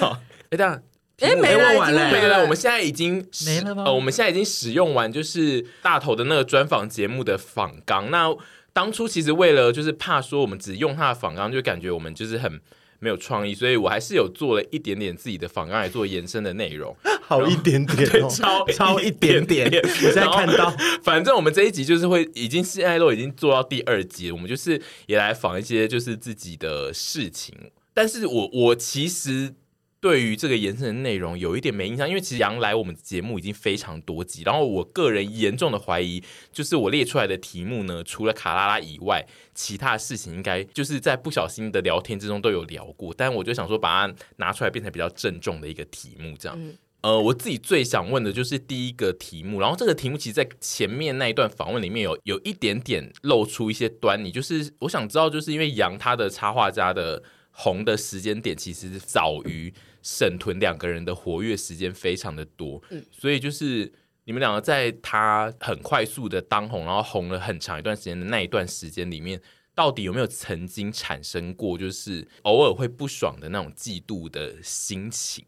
S2: 好，哎，这样
S4: 哎，
S3: 没
S4: 没了，
S3: 问
S4: 已
S3: 完
S4: 经
S3: 嘞
S2: 没
S4: 没
S2: 了，
S4: 了。
S2: 我们现在已经使
S5: 没了吗
S2: 呃，我们现在已经使用完就是大头的那个专访节目的访纲。那当初其实为了就是怕说我们只用他的访纲，就感觉我们就是很。没有创意，所以我还是有做了一点点自己的访纲来做延伸的内容。
S3: 好一点点哦，
S2: 超
S3: 超一点点。
S2: 点
S3: 我现在看
S2: 然
S3: 到
S2: 后， *laughs* 反正我们这一集就是会已经现在都已经做到第二集了，我们就是也来访一些就是自己的事情。但是我我其实对于这个延伸的内容有一点没印象，因为其实杨来我们节目已经非常多集，然后我个人严重的怀疑，就是我列出来的题目呢，除了卡拉拉以外，其他的事情应该就是在不小心的聊天之中都有聊过，但我就想说把它拿出来变成比较郑重的一个题目，这样。呃，我自己最想问的就是第一个题目，然后这个题目其实，在前面那一段访问里面有有一点点露出一些端倪，就是我想知道，就是因为杨他的插画家的红的时间点其实早于沈屯两个人的活跃时间非常的多，所以就是你们两个在他很快速的当红，然后红了很长一段时间的那一段时间里面，到底有没有曾经产生过就是偶尔会不爽的那种嫉妒的心情？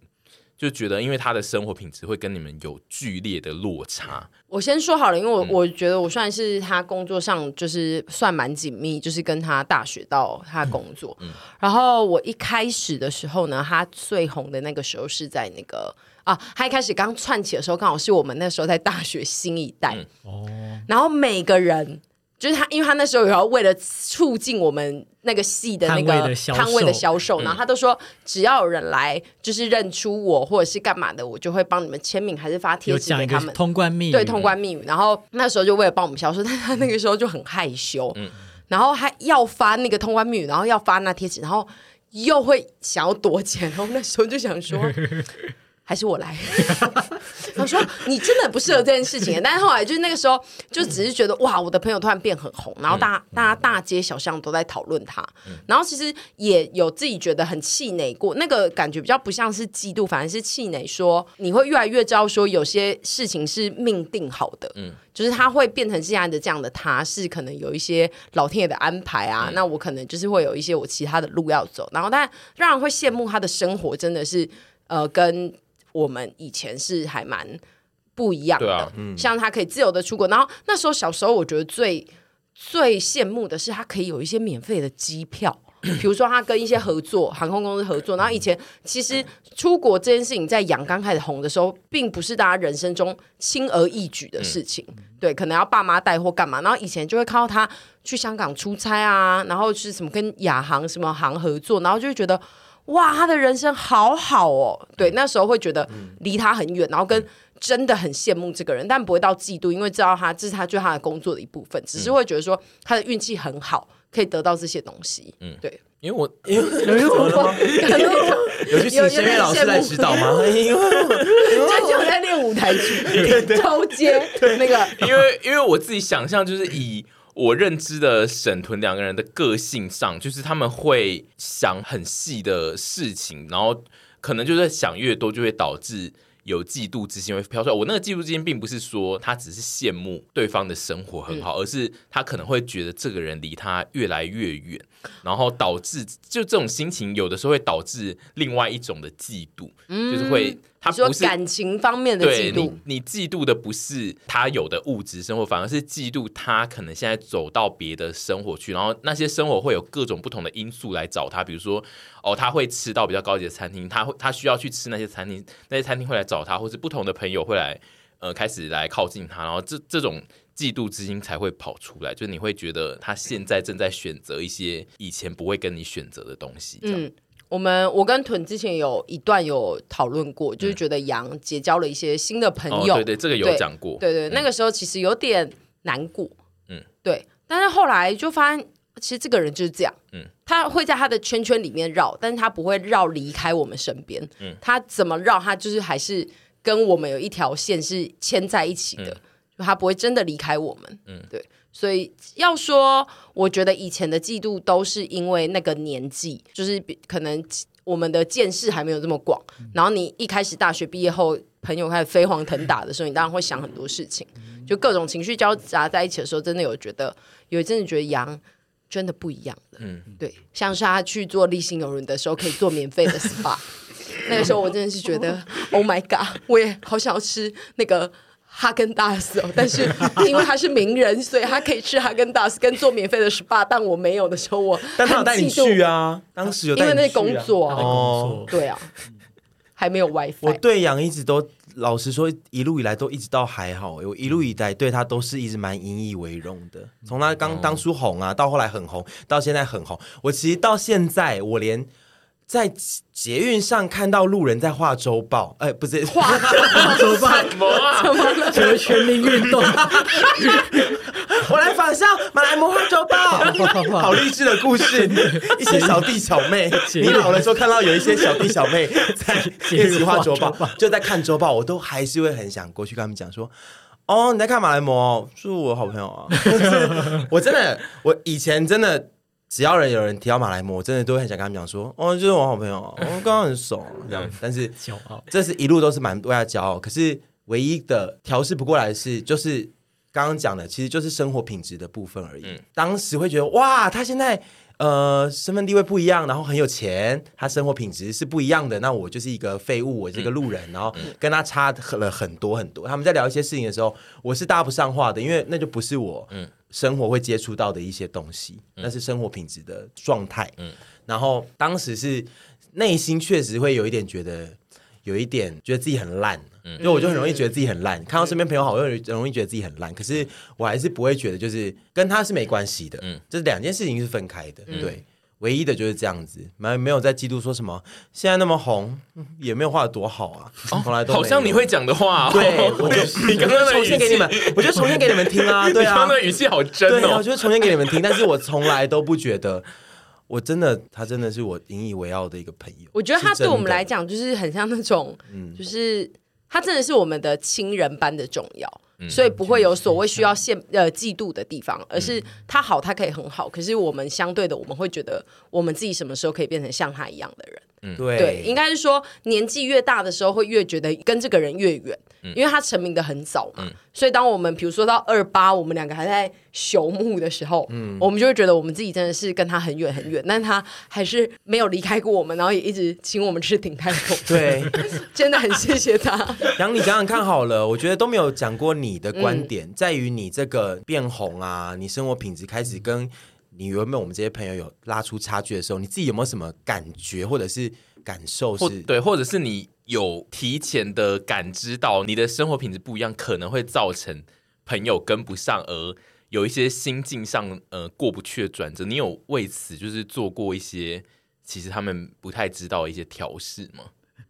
S2: 就觉得因为他的生活品质会跟你们有剧烈的落差。
S4: 我先说好了，因为我、我觉得我算是他工作上就是算蛮紧密，就是跟他大学到他工作。然后我一开始的时候呢，他最红的那个时候是在那个啊，他一开始刚窜起的时候，刚好是我们那时候在大学新一代。
S5: 哦，
S4: 然后每个人就是他，因为他那时候有要为了促进我们那个系的那
S5: 摊位
S4: 个
S5: 的销售
S4: 摊位的销售，然后他都说只要有人来就是认出我或者是干嘛的，我就会帮你们签名还是发贴
S5: 有
S4: 纸
S5: 讲
S4: 给
S5: 一
S4: 他
S5: 个
S4: 们。
S5: 通关密语，
S4: 对通关密语，然后那时候就为了帮我们销售，但他那个时候就很害羞，然后还要发那个通关密语，然后要发那贴纸，然后又会想要躲起来，然后那时候就想说，还是我来。他说你真的不适合这件事情，但是后来就是那个时候，就只是觉得哇，我的朋友突然变很红，然后大大家大街小巷都在讨论他，然后其实也有自己觉得很气馁过，那个感觉比较不像是嫉妒，反而是气馁，说你会越来越知道说有些事情是命定好的，嗯，就是他会变成现在的这样的他，是可能有一些老天爷的安排啊，那我可能就是会有一些我其他的路要走，然后但让人会羡慕他的生活，真的是呃跟。我们以前是还蛮不一样的，
S2: 对啊
S4: 像他可以自由的出国。然后那时候小时候，我觉得最最羡慕的是他可以有一些免费的机票。比如说，他跟一些合作航空公司合作，然后以前其实出国这件事情在杨刚开始红的时候，并不是大家人生中轻而易举的事情，
S2: 嗯
S4: 对，可能要爸妈带或干嘛。然后以前就会看到他去香港出差啊，然后是什么跟亚航什么航合作，然后就会觉得哇，他的人生好好
S2: 嗯
S4: 哦。对，那时候会觉得离他很远，然后跟真的很羡慕这个人，但不会到嫉妒，因为知道他这是他对他的工作的一部分，
S2: 嗯
S4: 只是会觉得说他的运气很好，可以得到这些东西。嗯，对。
S2: 因为我
S3: 有去请声乐老师来指导 *laughs* 吗？哎
S4: 这就在练舞台
S2: *laughs*
S4: 剧，超接那个
S2: 因为因为我自己想象就是以。我认知的沈屯两个人的个性上，就是他们会想很细的事情，然后可能就是想越多，就会导致有嫉妒之心会飘出来。我那个嫉妒之心，并不是说他只是羡慕对方的生活很
S4: 嗯
S2: 好，而是他可能会觉得这个人离他越来越远，然后导致就这种心情，有的时候会导致另外一种的嫉妒，就是会他
S4: 嗯你说
S2: 不是
S4: 感情方面的
S2: 对
S4: 嫉妒
S2: 你，，你嫉妒的不是他有的物质生活，反而是嫉妒他可能现在走到别的生活去，然后那些生活会有各种不同的因素来找他，比如说哦，他会吃到比较高级的餐厅，他会他需要去吃那些餐厅，那些餐厅会来找他，或是不同的朋友会来呃开始来靠近他，然后这这种。嫉妒之心才会跑出来，就是你会觉得他现在正在选择一些以前不会跟你选择的东西，这样、
S4: 嗯，我们我跟屯之前有一段有讨论过，就是觉得杨结交了一些新的朋
S2: 嗯哦，
S4: 友，
S2: 对对，这个有
S4: 对
S2: 讲过，
S4: 对对，那个时候其实有点难过，嗯
S2: 嗯，
S4: 对。但是后来就发现，其实这个人就是这样，嗯
S2: 嗯，
S4: 他会在他的圈圈里面绕，但是他不会绕离开我们身边，嗯，他怎么绕，他就是还是跟我们有一条线是牵在一起的，就他不会真的离开我们，嗯，对。所以要说，我觉得以前的嫉妒都是因为那个年纪，就是比可能我们的见识还没有这么广，然后你一开始大学毕业后，朋友开始飞黄腾达的时候，你当然会想很多事情，就各种情绪交杂在一起的时候，真的有觉得有一阵子觉得羊真的不一样了。嗯，对，像是他去做立新游轮的时候，可以做免
S3: *laughs*
S4: 费的 SPA，那个时候我真的是觉得 Oh my God，我也好想要吃那个。哈根达斯哦，但是因为他是名人，所以他可以吃哈根达斯跟做免费的 SPA，但我没有的时候，我
S3: 但他有
S4: 很
S3: 带你
S4: 嫉妒
S3: 去啊，当时有
S4: 因
S3: 带
S4: 为
S3: 你
S4: 那
S3: 去、啊、
S4: 是工作啊，
S3: 哦
S5: 工作
S4: 对啊，还没有 WiFi。
S3: 我对杨一直都老实说，一路以来都一直到还好，我一路以来对他都是一直蛮引以为荣的。从他刚当初红啊，到后来很红，到现在很红，我其实到现在我连。在捷运上看到路人在画周报，哎、不是画
S5: 怎么办？怎
S3: 哦
S5: 么全全民运动？
S3: 我来仿效马来魔幻周报， *laughs* 好励志的故事。 *laughs* 一些小弟小妹，
S5: 节日
S3: 你老了之后看到有一些小弟小妹在
S5: 节
S3: 练
S5: 日
S3: 习画周
S5: 画
S3: 报
S5: 周报，
S3: 就在看周报，我都还是会很想过去跟他们讲说。哦，你在看马来魔哦？是我好朋友 *laughs* 啊！就是我真的，我以前真的，只要人有人提到马来魔，我真的都会很想跟他们讲说，哦，就是我好朋友、啊，我刚刚很熟、啊、这 *laughs* 样。但是
S5: 骄傲，
S3: 这是一路都是蛮为他骄傲，可是唯一的调试不过来的是，就是刚刚讲的，其实就是生活品质的部分而已。当时会觉得哇，他现在呃身份地位不一样，然后很有钱，他生活品质是不一样的。那我就是一个废物，我是一个路人，然后跟他差了很多很多。他们在聊一些事情的时候，我是搭不上话的，因为那就不是我生活会接触到的一些东西，那是生活品质的状态。然后当时是内心确实会有一点觉得，有一点觉得自己很烂。
S2: 嗯
S3: 因为我就很容易觉得自己很烂，看到身边朋友好，我就很容易觉得自己很烂。可是我还是不会觉得，就是跟他是没关系的，
S2: 嗯
S3: 这两件事情是分开的，对。唯一的就是这样子，没没有在嫉妒说什么现在那么红，嗯也没有画的多好啊，从来都没有
S2: 哦好像你会讲的话、哦，
S3: 对，我就
S2: *laughs* 你刚刚
S3: 我就
S2: 的
S3: *laughs* 重
S2: 语气
S3: 新给你们，我就重新给你们听
S2: *laughs*
S3: 啊，对
S2: 你刚
S3: 啊
S2: 刚，的语气好真
S3: 对啊，
S2: 哦
S3: 我。就是重新给你们听，但是我从来都不觉得，我真的他真的是我引以为傲的一个朋友。
S4: 我觉得他
S3: 哦是
S4: 对
S3: 真的嗯
S4: 我们来，讲就是很像那种，就是他真的是我们的亲人般的重要，
S3: 嗯
S4: 所以不会有所谓需要羡呃嫉妒的地方，而是他好，他可以很好，可是我们相对的，我们会觉得我们自己什么时候可以变成像他一样的人？
S3: 对。
S4: 对，应该是说年纪越大的时候，会越觉得跟这个人越远，
S2: 嗯
S4: 因为他成名的很早嘛。所以当我们比如说到二八，我们两个还在朽木的时候，
S2: 嗯
S4: 我们就会觉得我们自己真的是跟他很远很远，但他还是没有离开过我们，然后也一直请我们吃鼎
S2: *laughs*
S4: 泰丰
S3: 对，
S4: 真的很谢谢他。
S3: 杨，你想想看好了， *laughs* 我觉得都没有讲过你的观
S2: 嗯
S3: 点，在于你这个变红啊，你生活品质开始跟你原本我们这些朋友有拉出差距的时候，你自己有没有什么感觉或者是感受
S2: 或
S3: 是？
S2: 对，或者是你有提前的感知到你的生活品质不一样，可能会造成朋友跟不上，而有一些心境上呃过不去的转折。你有为此就是做过一些其实他们不太知道的一些调试吗？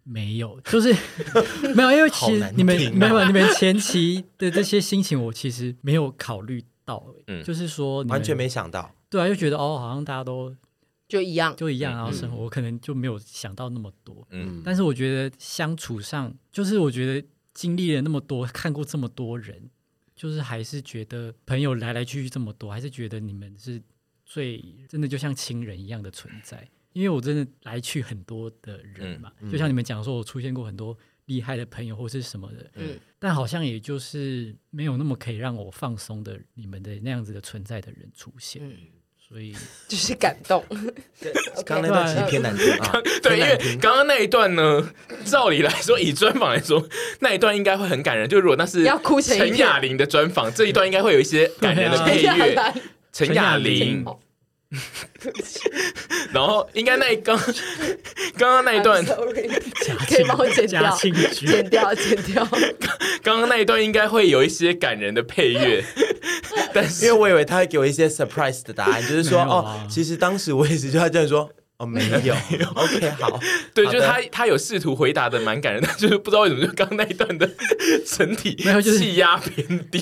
S5: 没有，就是
S3: *laughs*
S5: 没有，因为其
S3: 好
S5: 实
S3: 难
S5: 你们
S3: 听啊
S5: 没有你们前期的这些心情，我其实没有考虑到、欸
S2: 嗯
S5: 就是说你们
S3: 完全没想到，
S5: 对啊，就觉得哦，好像大家都
S4: 就一样，
S5: 就
S3: 嗯
S5: 一样，然后生活，我可能就没有想到那么多。
S2: 嗯
S5: 但是我觉得相处上，就是我觉得经历了那么多，看过这么多人，就是还是觉得朋友来来去去这么多，还是觉得你们是最真的就像亲人一样的存在。因为我真的来去很多的人嘛，就像你们讲说，我出现过很多厉害的朋友或是什么的，
S4: 嗯
S5: 但好像也就是没有那么可以让我放松的你们的那样子的存在的人出现，
S4: 嗯
S5: 所以
S4: 就是感动。
S3: 刚才那段其实
S2: *laughs*
S3: 偏难听啊，
S2: 对，因
S3: 偏
S4: *laughs*
S2: 为
S3: 难听。
S2: 刚刚那一段呢，照理来说，以专访来说，那一段应该会很感人。就如果那是
S4: 要哭成一片
S2: 陈雅玲的专访，这一段应该会有一些感人
S4: *laughs*
S2: 的配
S4: 陈
S2: 乐
S4: 雅。兰
S2: 陈雅
S5: 陈雅
S2: 玲
S5: 玲，
S2: *laughs* 然后应该那一刚 *laughs* 刚刚那一段
S4: *laughs* I'm，sorry 可以帮我剪
S5: 加
S4: 掉，
S5: 庆局
S4: 剪掉，剪掉。
S2: 刚刚那一段应该会有一些感人的配乐，但
S3: 因为
S2: 是
S3: 我以为他会给我一些 surprise 的答案，就是
S2: *laughs*
S3: 说、
S5: 没有啊
S3: 哦，其实当时我也是就他这样说，哦，没有，OK，好，
S2: 对，
S3: 好
S2: 就
S3: 的
S2: 是他他有试图回答的 *laughs* 蛮感人，但就是不知道为什么，就刚刚那一段的整体
S5: 没有就是
S2: 气压偏低，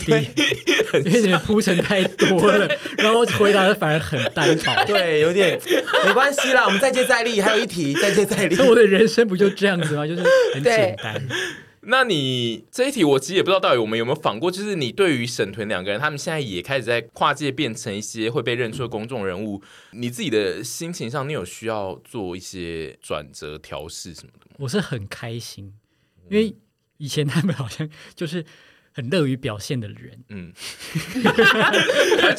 S5: 因为你们铺陈太多了，然后回答的反而很单薄。
S3: 对，有点没关系啦，我们再接再厉，还有一题，再接
S5: *laughs*
S2: *laughs*
S3: 再厉。
S5: 那我的人生不就这样子吗？就是很简
S4: 对
S5: 单。
S2: *laughs* 那你这一题我其实也不知道到底我们有没有访过，就是你对于沈屯两个人，他们现在也开始在跨界变成一些会被认出的公众人物，你自己的心情上，你有需要做一些转折调试什么的吗？
S5: 我是很开心，因为以前他们好像就是很乐于表现的人，
S2: 嗯，
S4: 觉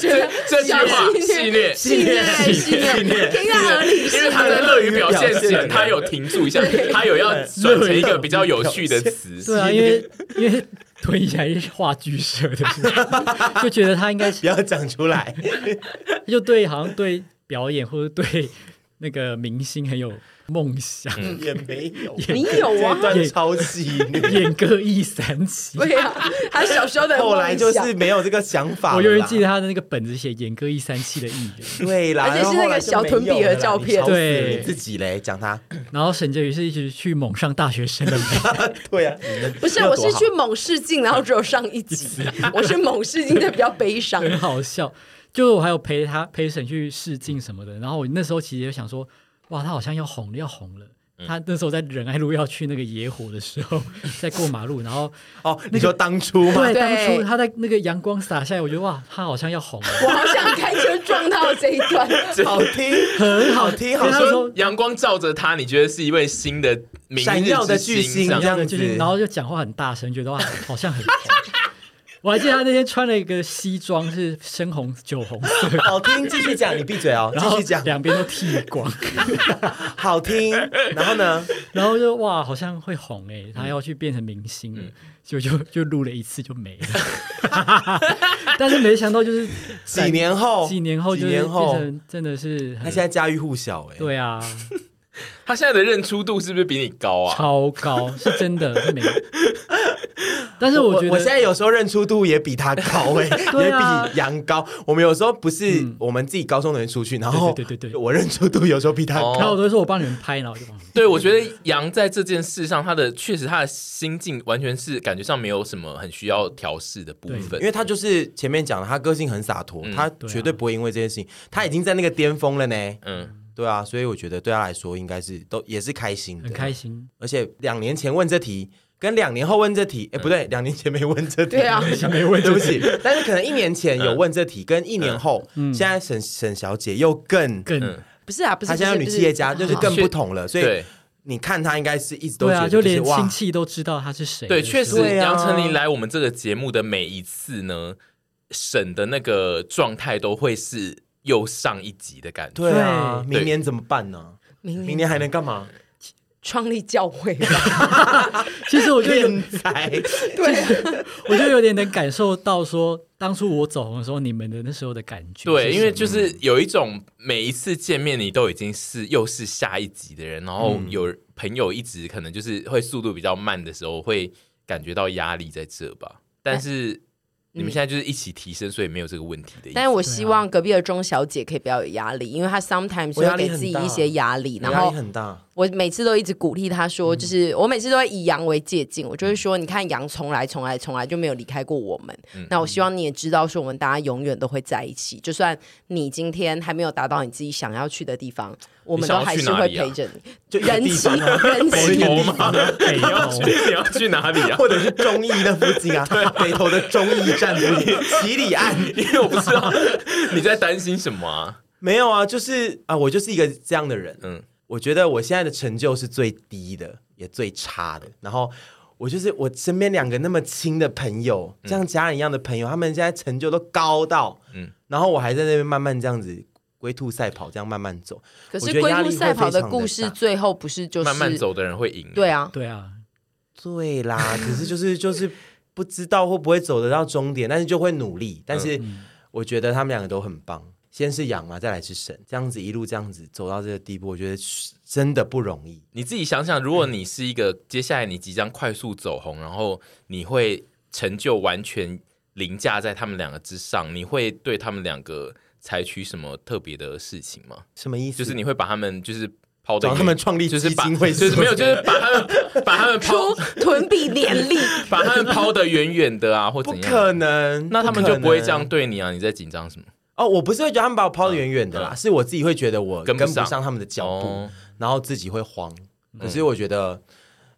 S4: 得
S2: 这句话系列
S4: 系列系列，听到合理
S2: 因为他在乐于表现前，他有停住一下，他有要转成一个比较有趣的词。
S5: 对啊，因为 *laughs* 因为屯以前是话剧社的，就觉得他应该
S3: 不
S5: 是
S3: 要讲出来，
S5: 就对，好像对表演或者对那个明星很有梦想，
S3: *laughs* 也没
S5: *laughs*
S3: 有，
S4: 你有
S3: 这 *laughs*
S4: 啊
S3: 一？段超戏虐。
S5: 演歌一三期。
S4: 对啊，他小时候的
S3: 后来就是
S4: 梦
S3: 没有这个想法，
S5: 我永远记得。他的那个本子写演歌一三期的艺人，
S3: 对啦，
S4: 而且是
S3: 然后后来就
S4: 那个小臀比的照片
S3: 没有了啦你吵死
S5: 对
S3: 你自己嘞，讲他，
S5: 然后沈婕妤是一直去猛上大学生的美
S3: 对啊，你们
S4: 想不是，
S3: 要
S4: 我
S3: 多好
S4: 是去猛试镜，然后只有上
S3: *laughs*
S4: 一集，我是猛试镜的比较悲伤。
S5: 很好笑。就是我还有陪他陪沈去试镜什么的，然后我那时候其实也想说，哇，他好像要红了，要红了。
S3: 嗯
S5: 他那时候在仁爱路要去那个野火的时
S3: *laughs*
S5: 候，在过马路，然后
S3: 哦，你说当初嘛，
S5: 对，当
S4: 对
S5: 初他在那个阳光洒下来，我觉得哇，他好像要红了，
S4: 我好想开车撞到这一
S3: *laughs*
S4: 段，
S3: 好听，很好听，好
S5: 因为他
S3: 说，
S5: 说
S2: 阳光照着他，你觉得是一位新的明日
S3: 闪耀的
S2: 之
S3: 巨星
S2: 这样
S3: *laughs* 这样
S5: 就是
S3: 子
S5: 然后就讲话很大声，觉得哇，好像很红。我还记得他那天穿了一个西装，是深红、酒红色，
S3: 好听，继续讲，你闭嘴哦，
S5: 然
S3: *laughs* 继
S5: 后
S3: 续讲，
S5: 两边都剃光，
S3: *laughs* 好听。然后呢，
S5: 然后就哇，好像会红哎、他要去变成明星了，
S3: 嗯
S5: 就就就录了一次就没了， *laughs* 但是没想到就是
S3: 几年后，
S5: *laughs* 几年后
S3: 几
S5: 就是
S3: 年
S5: 变
S3: 后，
S5: 成真的是
S3: 他
S5: 很
S3: 现在家喻户晓，哎，，
S5: 对啊，
S2: 他现在的认出度是不是比你高啊？
S5: 超高，是真的是没有。但是我
S3: 我
S5: 觉得
S3: 我现在有时候认出度也比他
S5: *laughs*
S3: 高哎、
S5: 对啊
S3: 也比杨高。我们有时候不是
S5: 嗯
S3: 我们自己高中的人出去，然后
S5: 对对对对对
S3: 我认出度有时候比他高。
S5: 然后我都会说我帮你们拍，然后我就帮你们
S2: 对，我觉得杨在这件事上，他的确实他的心境完全是感觉上没有什么很需要调试的部分，
S5: 对
S3: 因为他就是前面讲了，他个性很洒脱，
S2: 嗯
S3: 他
S5: 对啊
S3: 绝对不会因为这件事情，他已经在那个巅峰了呢。
S2: 嗯，
S3: 对啊，所以我觉得对他来说应该是都也是开心的，
S5: 很开。心。
S3: 而且两年前问这题，跟两年后问这题，哎、不
S5: 嗯
S3: 对，两年前没问这题，
S4: 对啊，
S5: 没问
S3: 对不起， *laughs* 嗯但是可能一年前有问这题，跟一年后，
S5: 嗯
S3: 现在沈沈小姐又更，
S5: 更
S2: 嗯
S4: 不是啊，不是，啊
S3: 她现在
S4: 不是
S3: 女企业家
S4: 不
S3: 就是是
S4: 好
S3: 更
S2: 是
S3: 不同了，所以
S2: 对
S3: 你看她应该是一直都
S5: 对
S3: 觉
S5: 啊，
S3: 得
S5: 就是连亲
S3: 哇，
S5: 戚都知道他是谁。
S2: 对，确实
S3: 对啊
S2: 杨丞琳来我们这个节目的每一次呢，沈的那个状态都会是又上一级的感觉。
S3: 对啊，
S5: 对
S3: 明年怎么办呢？
S4: 明
S3: 明
S4: 年
S3: 年啊还能干
S4: *laughs*
S3: 嘛？
S4: 创立教会吧，
S5: 其实我就有，
S3: 敛财，
S4: 对，
S5: 我就有点能感受到说，当初我走红的时候，你们的那时候的感觉。
S2: 对，因为就是是有一种每一次见面你都已经是又是下一级的人，然后有朋友一直可能就是会速度比较慢的时候，会感觉到压力在这吧。但是你们现在就是一起提升，所以没有这个问题的意思。
S4: 但是我希望隔壁的钟小姐可以不要有压力，因为她 sometimes
S3: 我压
S4: 会
S3: 力
S4: 给
S3: 很
S4: 自己
S3: 大
S4: 一些压力，然
S3: 压
S4: 后
S3: 力很大。
S4: 我每次都一直鼓励他说，
S3: 嗯
S4: 就是我每次都会以羊为借镜，我就会说，你看羊从来从来从来就没有离开过我们。
S3: 嗯
S4: 那我希望你也知道，说我们大家永远都会在一起，就算你今天还没有达到你自己想要去的地方，我们都还是会陪着你。
S3: 啊就一个
S4: 人
S3: 地
S4: 妻，
S3: 方啊， *laughs*
S4: 人
S2: 北
S4: 妻，
S2: 投吗？
S5: 北
S2: 你要
S5: 欧
S2: 去你要去哪里啊？
S3: 或者是中义那附近啊，
S2: *laughs*
S3: 北投的中义站附近，七里岸。
S2: 因为我不知道 *laughs* 你在担心什么啊。
S3: 没有啊，就是啊，我就是一个这样的人。
S2: 嗯，
S3: 我觉得我现在的成就是最低的，也最差的。然后我就是我身边两个那么亲的朋友，像家人一样的朋友，他们现在成就都高到，
S2: 嗯
S3: 嗯，然后我还在那边慢慢这样子龟兔赛跑，这样慢慢走。
S4: 可
S3: 我觉
S4: 是
S3: 得
S4: 龟
S3: 压力
S4: 兔
S3: 会
S4: 赛跑的
S3: 非常地
S4: 故事
S3: 大
S4: 最后不是就是
S2: 慢慢走的人会赢。
S4: 对啊，
S5: 对啊，
S2: *laughs*
S3: 对啦，只是就是就是不知道会不会走得到终点，但是就会努力。但是
S2: 嗯
S3: 我觉得他们两个都很棒，先是羊嘛，再来是神，这样子一路这样子走到这个地步，我觉得真的不容易。
S2: 你自己想想，如果
S3: 嗯
S2: 你是一个接下来你即将快速走红，然后你会成就完全凌驾在他们两个之上，你会对他们两个采取什么特别的事情吗？
S3: 什么意思？
S2: 就是你会把他们就是抛到
S3: 找他们创立
S2: 就是
S3: 基
S2: 把
S3: 金会
S2: 就是
S3: 不
S2: 没有，就是把他们把他们
S3: *laughs*
S4: 出
S2: 抛
S4: 屯比年力，
S2: 把他们抛得远远的啊，或
S3: 不
S2: 怎样。
S3: 可能，
S2: 那他们就
S3: 可
S2: 不会
S3: 能
S2: 这样对你啊！你在紧张什么？
S3: 哦。我不是会觉得他们把我抛得远远的啦，是我自己会觉得我
S2: 嗯跟
S3: 跟
S2: 不
S3: 不
S2: 上
S3: 上他们的脚步，
S2: 哦嗯
S3: 然后自己会慌。可是我觉得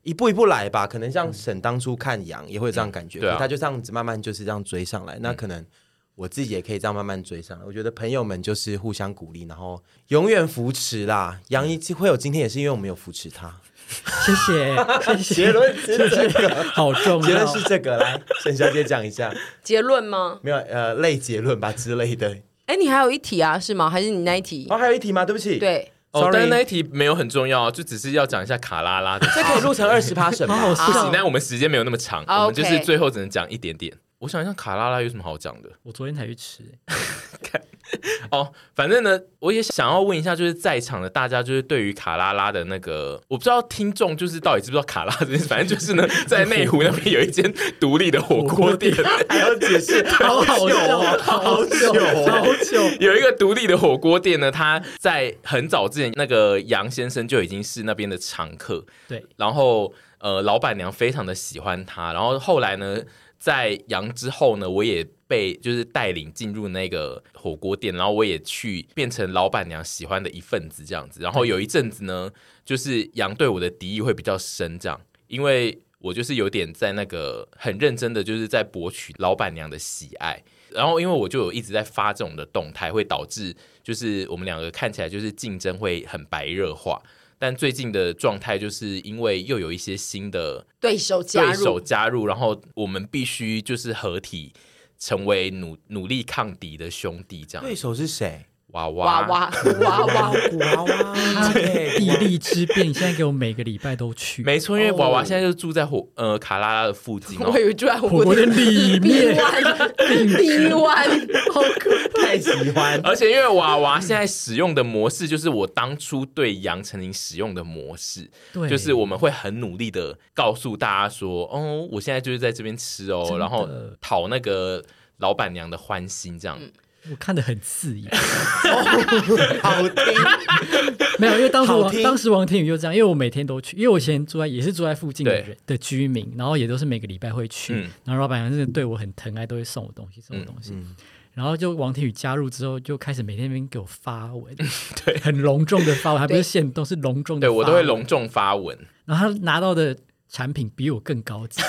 S3: 一步一步来吧，可能像沈当初看羊也会有这样感觉，
S2: 嗯对啊嗯
S3: 可他就这样子慢慢就是这样追上来。那可能我自己也可以这样慢慢追上来。我觉得朋友们就是互相鼓励，然后永远扶持啦。杨一会有今天也是因为我们有扶
S2: *laughs*
S3: 持他。
S5: 谢谢谢
S3: 结
S5: 谢，
S3: 论是这个，
S2: *laughs*
S5: 好重
S3: 结论
S5: 要
S3: 是。这个，来沈小姐讲一下，
S4: 结论吗？
S3: 没有呃类结论吧之类的。
S4: 哎，你还有一题啊，是吗？还是你那一题
S3: 哦，？还有一题吗？对不起，。
S4: 对，
S2: 哦，
S3: Sorry
S2: 但是那一题没有很重要啊，就只是要讲一下卡拉拉的事
S3: 这可以录成二十趴 *laughs* 什
S5: 好好
S3: 么？
S5: 笑
S2: 不行，但我们时间没有那么长，
S4: 啊
S2: 我们就是
S4: OK
S2: 最后只能讲一点点。我想一下，卡拉拉有什么好讲的？
S5: 我昨天才去吃、
S2: 哦，反正呢，我也想要问一下，就是在场的大家，就是对于卡拉拉的那个，我不知道听众就是到底知不知道卡拉这件事，反正就是 *laughs* 呢，在内湖那边有一间独立的火锅店，
S3: 还要解释，
S5: 好
S3: 好
S5: 好
S3: 久
S5: 笑
S3: 哦，好久
S5: 好
S3: 哦。
S5: 久。
S2: 有一个独立的火锅店呢，它在很早之前，那个杨先生就已经是那边的常客，
S5: 对，
S2: 然后呃，老板娘非常的喜欢他，然后后来呢，在杨之后呢，我也被就是带领进入那个火锅店，然后我也去变成老板娘喜欢的一份子这样子。然后有一阵子呢，就是杨对我的敌意会比较深，这样，因为我就是有点在那个很认真的，就是在博取老板娘的喜爱。然后，因为我就有一直在发这种的动态，会导致就是我们两个看起来就是竞争会很白热化。但最近的状态就是因为又有一些新的
S4: 对手加
S2: 对手
S4: 入，
S2: 加入，然后我们必须就是合体成为努努力抗敌的兄弟，这
S3: 对
S2: 样。
S3: 手是谁？
S2: 娃
S4: 哇
S2: 娃，
S3: 啊
S4: 哇哇哇！
S3: 古娃娃，对，
S5: 地利之变，现在给我每个礼拜都去，
S2: 没错，因为娃娃现在就住在火呃卡拉拉的附近哦
S4: 我以。为住在火
S5: 火锅
S4: 锅
S5: 的
S4: 店 *laughs*
S5: 里
S4: 臂
S5: 面，
S4: 弯，臂弯，好可
S3: 太喜欢。
S2: 而且因为娃娃现在使用的模式，就是我当初对杨丞琳使用的模式，
S5: 对，
S2: 就是我们会很努力的告诉大家说，哦，我现在就是在这边吃哦
S5: 真，的
S2: 然后讨那个老板娘的欢心，这样。
S5: 我看得很刺眼。
S3: 好听，
S5: 没有，因为当时
S3: 好听
S5: 王当时王天宇就这样，因为我每天都去，因为我以前住在也是住在附近的
S2: 对
S5: 人的居民，然后也都是每个礼拜会去，
S2: 嗯
S5: 然后老板娘真的对我很疼爱，都会送我东西，送我东西。然后就王天宇加入之后，就开始每天在那边给我发文，对，很隆重的发文，还不是现动，是隆重的。
S2: 对我都会。隆重发文，
S5: 然后他拿到的产品比我更高级，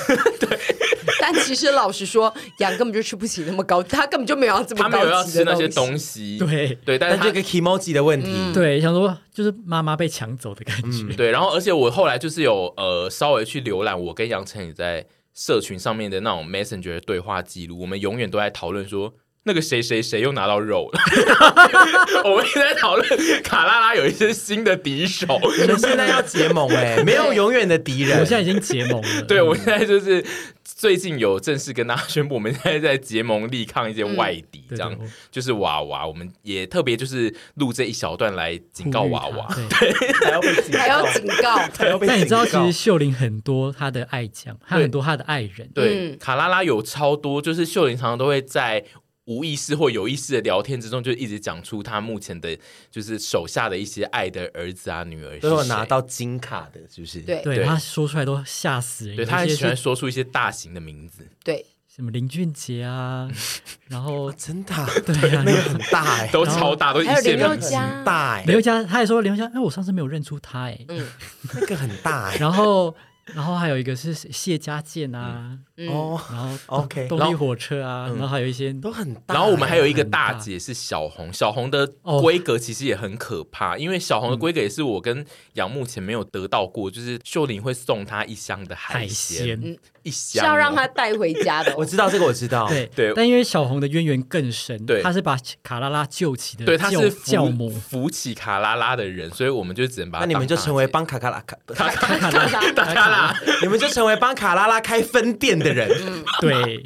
S4: 但其实老实说，羊根本就吃不起那么高，他根本就没有要这么
S2: 他没有要
S4: 高
S2: 吃
S4: 级的
S2: 那些
S4: 东西。
S2: 东西，
S5: 对
S2: 对，但是
S3: 但
S2: 他
S3: 这个 emoji 的问题，
S4: 嗯
S5: 对，想说就是妈妈被抢走的感 *laughs* 觉。
S2: 对，然后而且我后来就是有呃稍微去浏览我跟杨丞琳在社群上面的那种 Messenger 的对话记录，我们永远都在讨论说。那个谁谁谁又拿到肉了， *laughs* 我们一直在讨论卡拉拉有一些新的敌手。
S3: 你们现在要结盟哎，没有永远的敌人。
S5: 我现在已经结盟了，
S2: *laughs* 对，我现在就是最近有正式跟大家宣布，我们现在在结盟力抗一些外敌，这
S5: 嗯对哦
S2: 样
S5: 对我
S2: 就是娃娃，我们也特别就是录这一小段来警告
S5: 呼吁
S2: 娃
S5: 他
S2: 娃。 *laughs*
S5: 对
S3: 还要被警告
S4: 还要警告，
S3: 还要被警告。
S5: 但你知道，其实秀玲很多她的爱将，她
S2: 对
S5: 很多她的爱人，
S2: 对，
S4: 嗯
S2: 卡拉拉有超多，就是秀玲常常都会在无意识或有意识的聊天之中，就一直讲出她目前的，就是手下的一些爱的儿子啊、女儿是
S3: 都有
S2: 谁
S3: 拿。到金卡的，是不是？
S4: 对
S5: 对
S2: 对
S5: 她说出来都吓死人。
S2: 对，
S5: 有
S2: 她很
S5: 一些
S2: 喜欢
S5: 是
S2: 说出一些大型的名字，
S4: 对，
S5: 什么林俊
S2: *laughs*
S5: 杰啊，然后
S3: 真的啊，
S5: 对啊
S3: 那个很大哎，
S2: 都超大，都一
S4: 还有
S2: 线
S4: 林宥
S2: 名。
S4: 嘉，
S3: 大哎，
S5: 林宥嘉，她还说林宥嘉，哎，我上次没有认出她哎。
S4: 嗯
S3: 那个很大哎。
S5: 然后，然后还有一个是谢家健啊，
S4: 嗯，
S3: 哦，
S5: 然后
S3: OK
S5: 动力火车啊，
S2: 嗯
S5: 然后还有一些
S3: 都很大。欸
S2: 然后我们还有一个
S5: 很大
S2: 大姐是小红，小红的
S5: 哦
S2: 规格其实也很可怕，因为小红的规格也是我跟杨目前没有得到过，就是秀玲会送她一箱的海
S5: 海
S2: 鲜，
S5: 鲜。
S2: 一
S4: 是
S2: 箱
S4: 要
S2: 哦
S4: 让他带回家的哦。
S3: 我知道这个，我知道。
S5: 对
S2: 对
S5: 但因为小红的渊源更深，
S2: 对
S5: 她是把卡拉拉救起的，
S2: 对，她是扶 *laughs*
S5: 教母，
S2: 扶起卡拉拉的人，所以我们就只能把她
S3: 那你们
S2: 当
S3: 就
S2: 大
S3: 成为
S2: 姐
S3: 帮卡卡拉卡， *laughs*
S4: 卡卡拉
S2: 大家啦。
S3: 你们就成为帮卡拉拉开分店的 *laughs* 人。
S5: 对，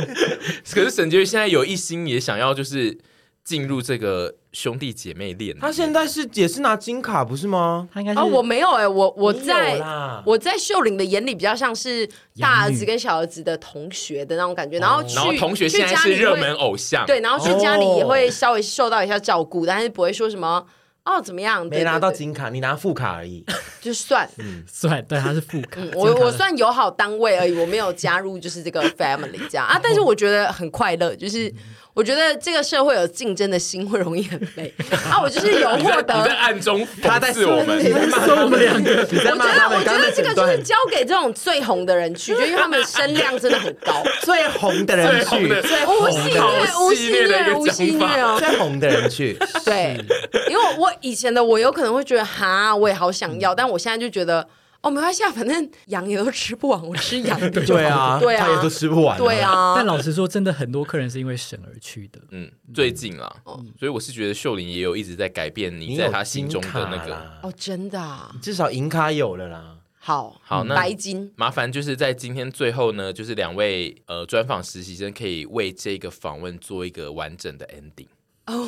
S2: *laughs* 可是沈婕妤现在有一心也想要就是进入这个兄弟姐妹恋，
S3: 他现在是也是拿金卡不是吗？
S5: 她应该是
S4: 啊，我没有哎，我我
S3: 你有
S4: 在
S3: 啦
S4: 我在秀玲的眼里比较像是大
S5: 养
S4: 儿
S5: 女
S4: 子跟小儿子的同学的那种感觉，然后去
S2: 然后同学
S4: 去
S2: 现在
S4: 家
S2: 是
S4: 里
S2: 热
S4: 会
S2: 门偶像，
S4: 对，，然后去家里也
S3: 哦
S4: 会稍微受到一下照顾，但是不会说什么哦怎么样，对
S3: 没拿到
S4: 对对
S3: 金卡，你拿副卡而 *laughs* 已。
S4: 就算。
S5: 算，对，她是副卡
S4: 嗯，，
S5: 金
S4: 我
S5: 卡
S4: 我
S5: 的
S4: 算友好单位而已，我没有加入就是这个 family 这样啊，但是
S3: 哦
S4: 我觉得很快乐，就是我觉得这个社会有竞争的心会容易很
S3: *laughs*
S4: 累啊，我就是有
S2: 你在
S4: 获
S2: 你在
S4: 得。
S2: 暗中讽刺我
S3: 你
S2: 们。
S3: 在 *laughs* 骂我们两个，你在
S4: 我觉
S3: 骂
S4: 得
S3: 他，们。
S4: 我觉
S3: 刚刚
S4: 得
S3: 那
S4: 这个
S3: 整
S4: 就
S3: 段
S4: 是交给这种最红的人去，就因为他们的声量真的很
S3: *laughs*
S4: 高，
S3: 最红的人
S2: 最红的
S3: 去，
S4: 对，无戏虐，无戏虐，无戏虐哦，
S3: 最红的人去。
S4: 对，
S3: 嗯
S4: 因为我以前的我有可能会觉得哈，我也好想
S3: 嗯
S4: 要，但我现在就觉得哦，没关系啊，反正羊也都吃不完，我吃羊的
S3: *laughs*
S4: 就
S3: 对啊，
S4: 好对
S3: 他也都
S4: 啊，
S3: 吃不完。
S4: 对，啊
S5: 但。老实说，真的很多客人是因为省而去的。
S2: 嗯，最近啦，
S4: 哦
S2: 所以我是觉得秀玲也有一直在改变你
S3: 你
S2: 在
S3: 有
S2: 她心中的
S3: 金卡
S2: 那个。
S3: 啦，
S4: 哦，真的啊，
S3: 至少银卡有了啦。
S4: 好
S3: 嗯
S2: 好那
S4: 白金，
S2: 麻烦就是在今天最后呢，就是两位呃专访实习生可以为这个访问做一个完整的 ending。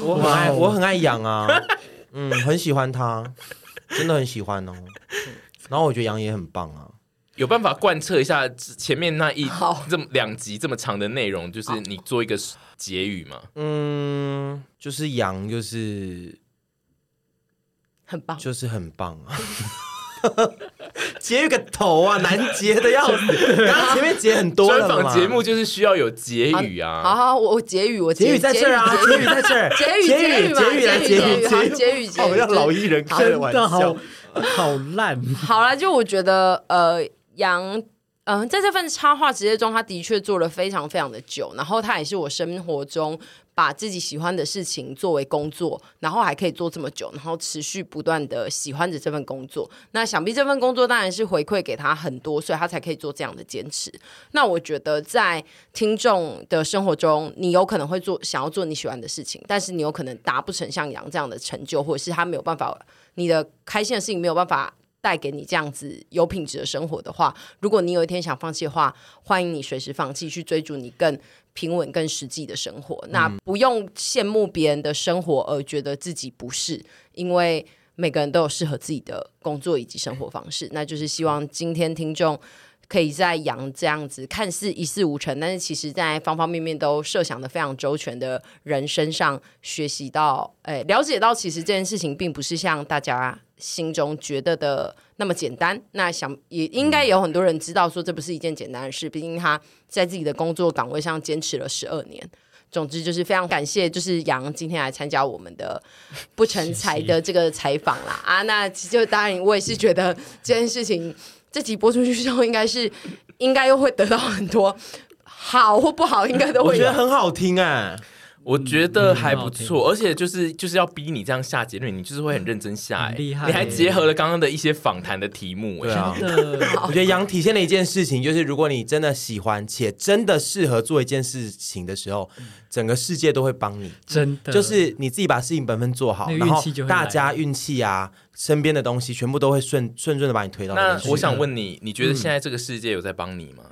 S3: 我很爱，我很爱养啊， *laughs* 嗯，很喜欢他，真的很喜欢哦。然后我觉得羊也很棒啊，
S2: 有办法贯彻一下前面那一
S4: *laughs* 好
S2: 这么两集这么长的内容，就是你做一个结语嘛？
S3: 嗯，就是羊就是
S4: 很棒。
S3: 就是很棒啊。结个头啊，难结的要死！刚刚前面结很多了
S2: 专
S3: 嘛
S2: 访节目就是需要有结语啊。
S4: 好好，我我结语，我
S3: 结语在这儿
S4: *laughs*
S3: 啊，结语在这儿，
S4: 结语结语
S3: 结语
S4: 嘛
S3: 结语来
S4: 结
S3: 结
S4: 语结语好
S3: 语
S4: 结语结语
S3: 好像老艺人开
S5: 真
S3: 玩
S5: 的
S3: 笑
S5: 好。好烂，
S4: *laughs* 好啦，就我觉得呃，杨。嗯、在这份插画职业中，他的确做了非常非常的久，然后他也是我生活中把自己喜欢的事情作为工作，然后还可以做这么久，然后持续不断的喜欢着这份工作。那想必这份工作当然是回馈给他很多，所以他才可以做这样的坚持。那我觉得在听众的生活中，你有可能会做想要做你喜欢的事情，但是你有可能达不成像杨这样的成就，或者是他没有办法，你的开心的事情没有办法。带给你这样子有品质的生活的话，如果你有一天想放弃的话，欢迎你随时放弃，去追逐你更平稳、更实际的生活。那不用羡慕别人的生活而觉得自己不是，因为每个人都有适合自己的工作以及生活方式。那就是希望今天听众可以在杨这样子看似一事无成，但是其实在方方面面都设想的非常周全的人身上学习到，哎，了解到其实这件事情并不是像大家心中觉得的那么简单。那想也应该有很多人知道说这不是一件简单的事，毕竟他在自己的工作岗位上坚持了十二年。总之就是非常感谢，就是杨今天来参加我们的不成才的这个采访啦啊！那就当然我也是觉得这件事情这集播出去之后，应该是应该又会得到很多好或不好，应该都
S3: 我
S4: 会啊
S3: 觉得。
S4: 有
S3: 很好听哎、
S2: 我觉得还不
S5: 嗯很
S2: 错，而且就是就是要逼你这样下结论，你就是会很认真下、欸，
S5: 很厉害
S2: 你还结合了刚刚的一些访谈的题目、欸，
S3: 对啊
S5: 真的，
S3: 我觉得杨体现了一件事情，就是如果你真的喜欢且真的适合做一件事情的时候，整个世界都会帮你。
S5: 嗯真的
S3: 就是你自己把事情本分做好，
S5: 那个
S3: 然
S5: 运
S3: 后
S5: 气就会来
S3: 大家运气啊，身边的东西全部都会顺顺顺的把你推到那
S2: 那
S3: 边去。嗯
S2: 我想问你，你觉得现在这个世界有在帮你吗？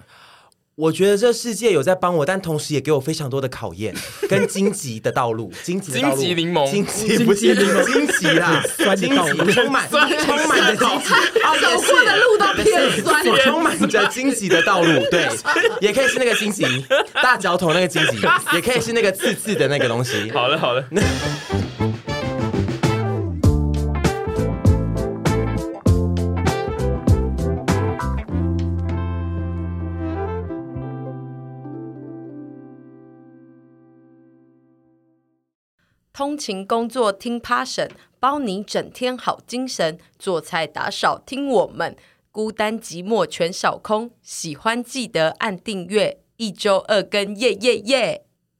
S3: 我觉得这世界有在帮我，但同时也给我非常多的考
S5: *laughs*
S3: 验跟荆棘的道路，荆棘的道路
S2: 荆棘柠檬
S3: 荆棘不是
S5: 荆棘柠檬
S3: 荆棘啦，
S5: *laughs* 酸
S3: 荆
S5: 的道路
S3: 棘充满
S2: 酸的道路
S3: 充满着荆
S2: *laughs*
S3: 棘，啊
S4: 走
S3: 也是
S4: 过的路都偏酸
S3: 我充满着荆棘的道路，对，也可以是那个荆棘，大脚头那个荆棘，也可以是那个刺刺的那个东西。
S2: 好了好了，
S4: 通勤工作听 Passion，包你整天好精神；做菜打扫听我们，孤单寂寞全扫空。喜欢记得按订阅，一周二更，耶耶耶！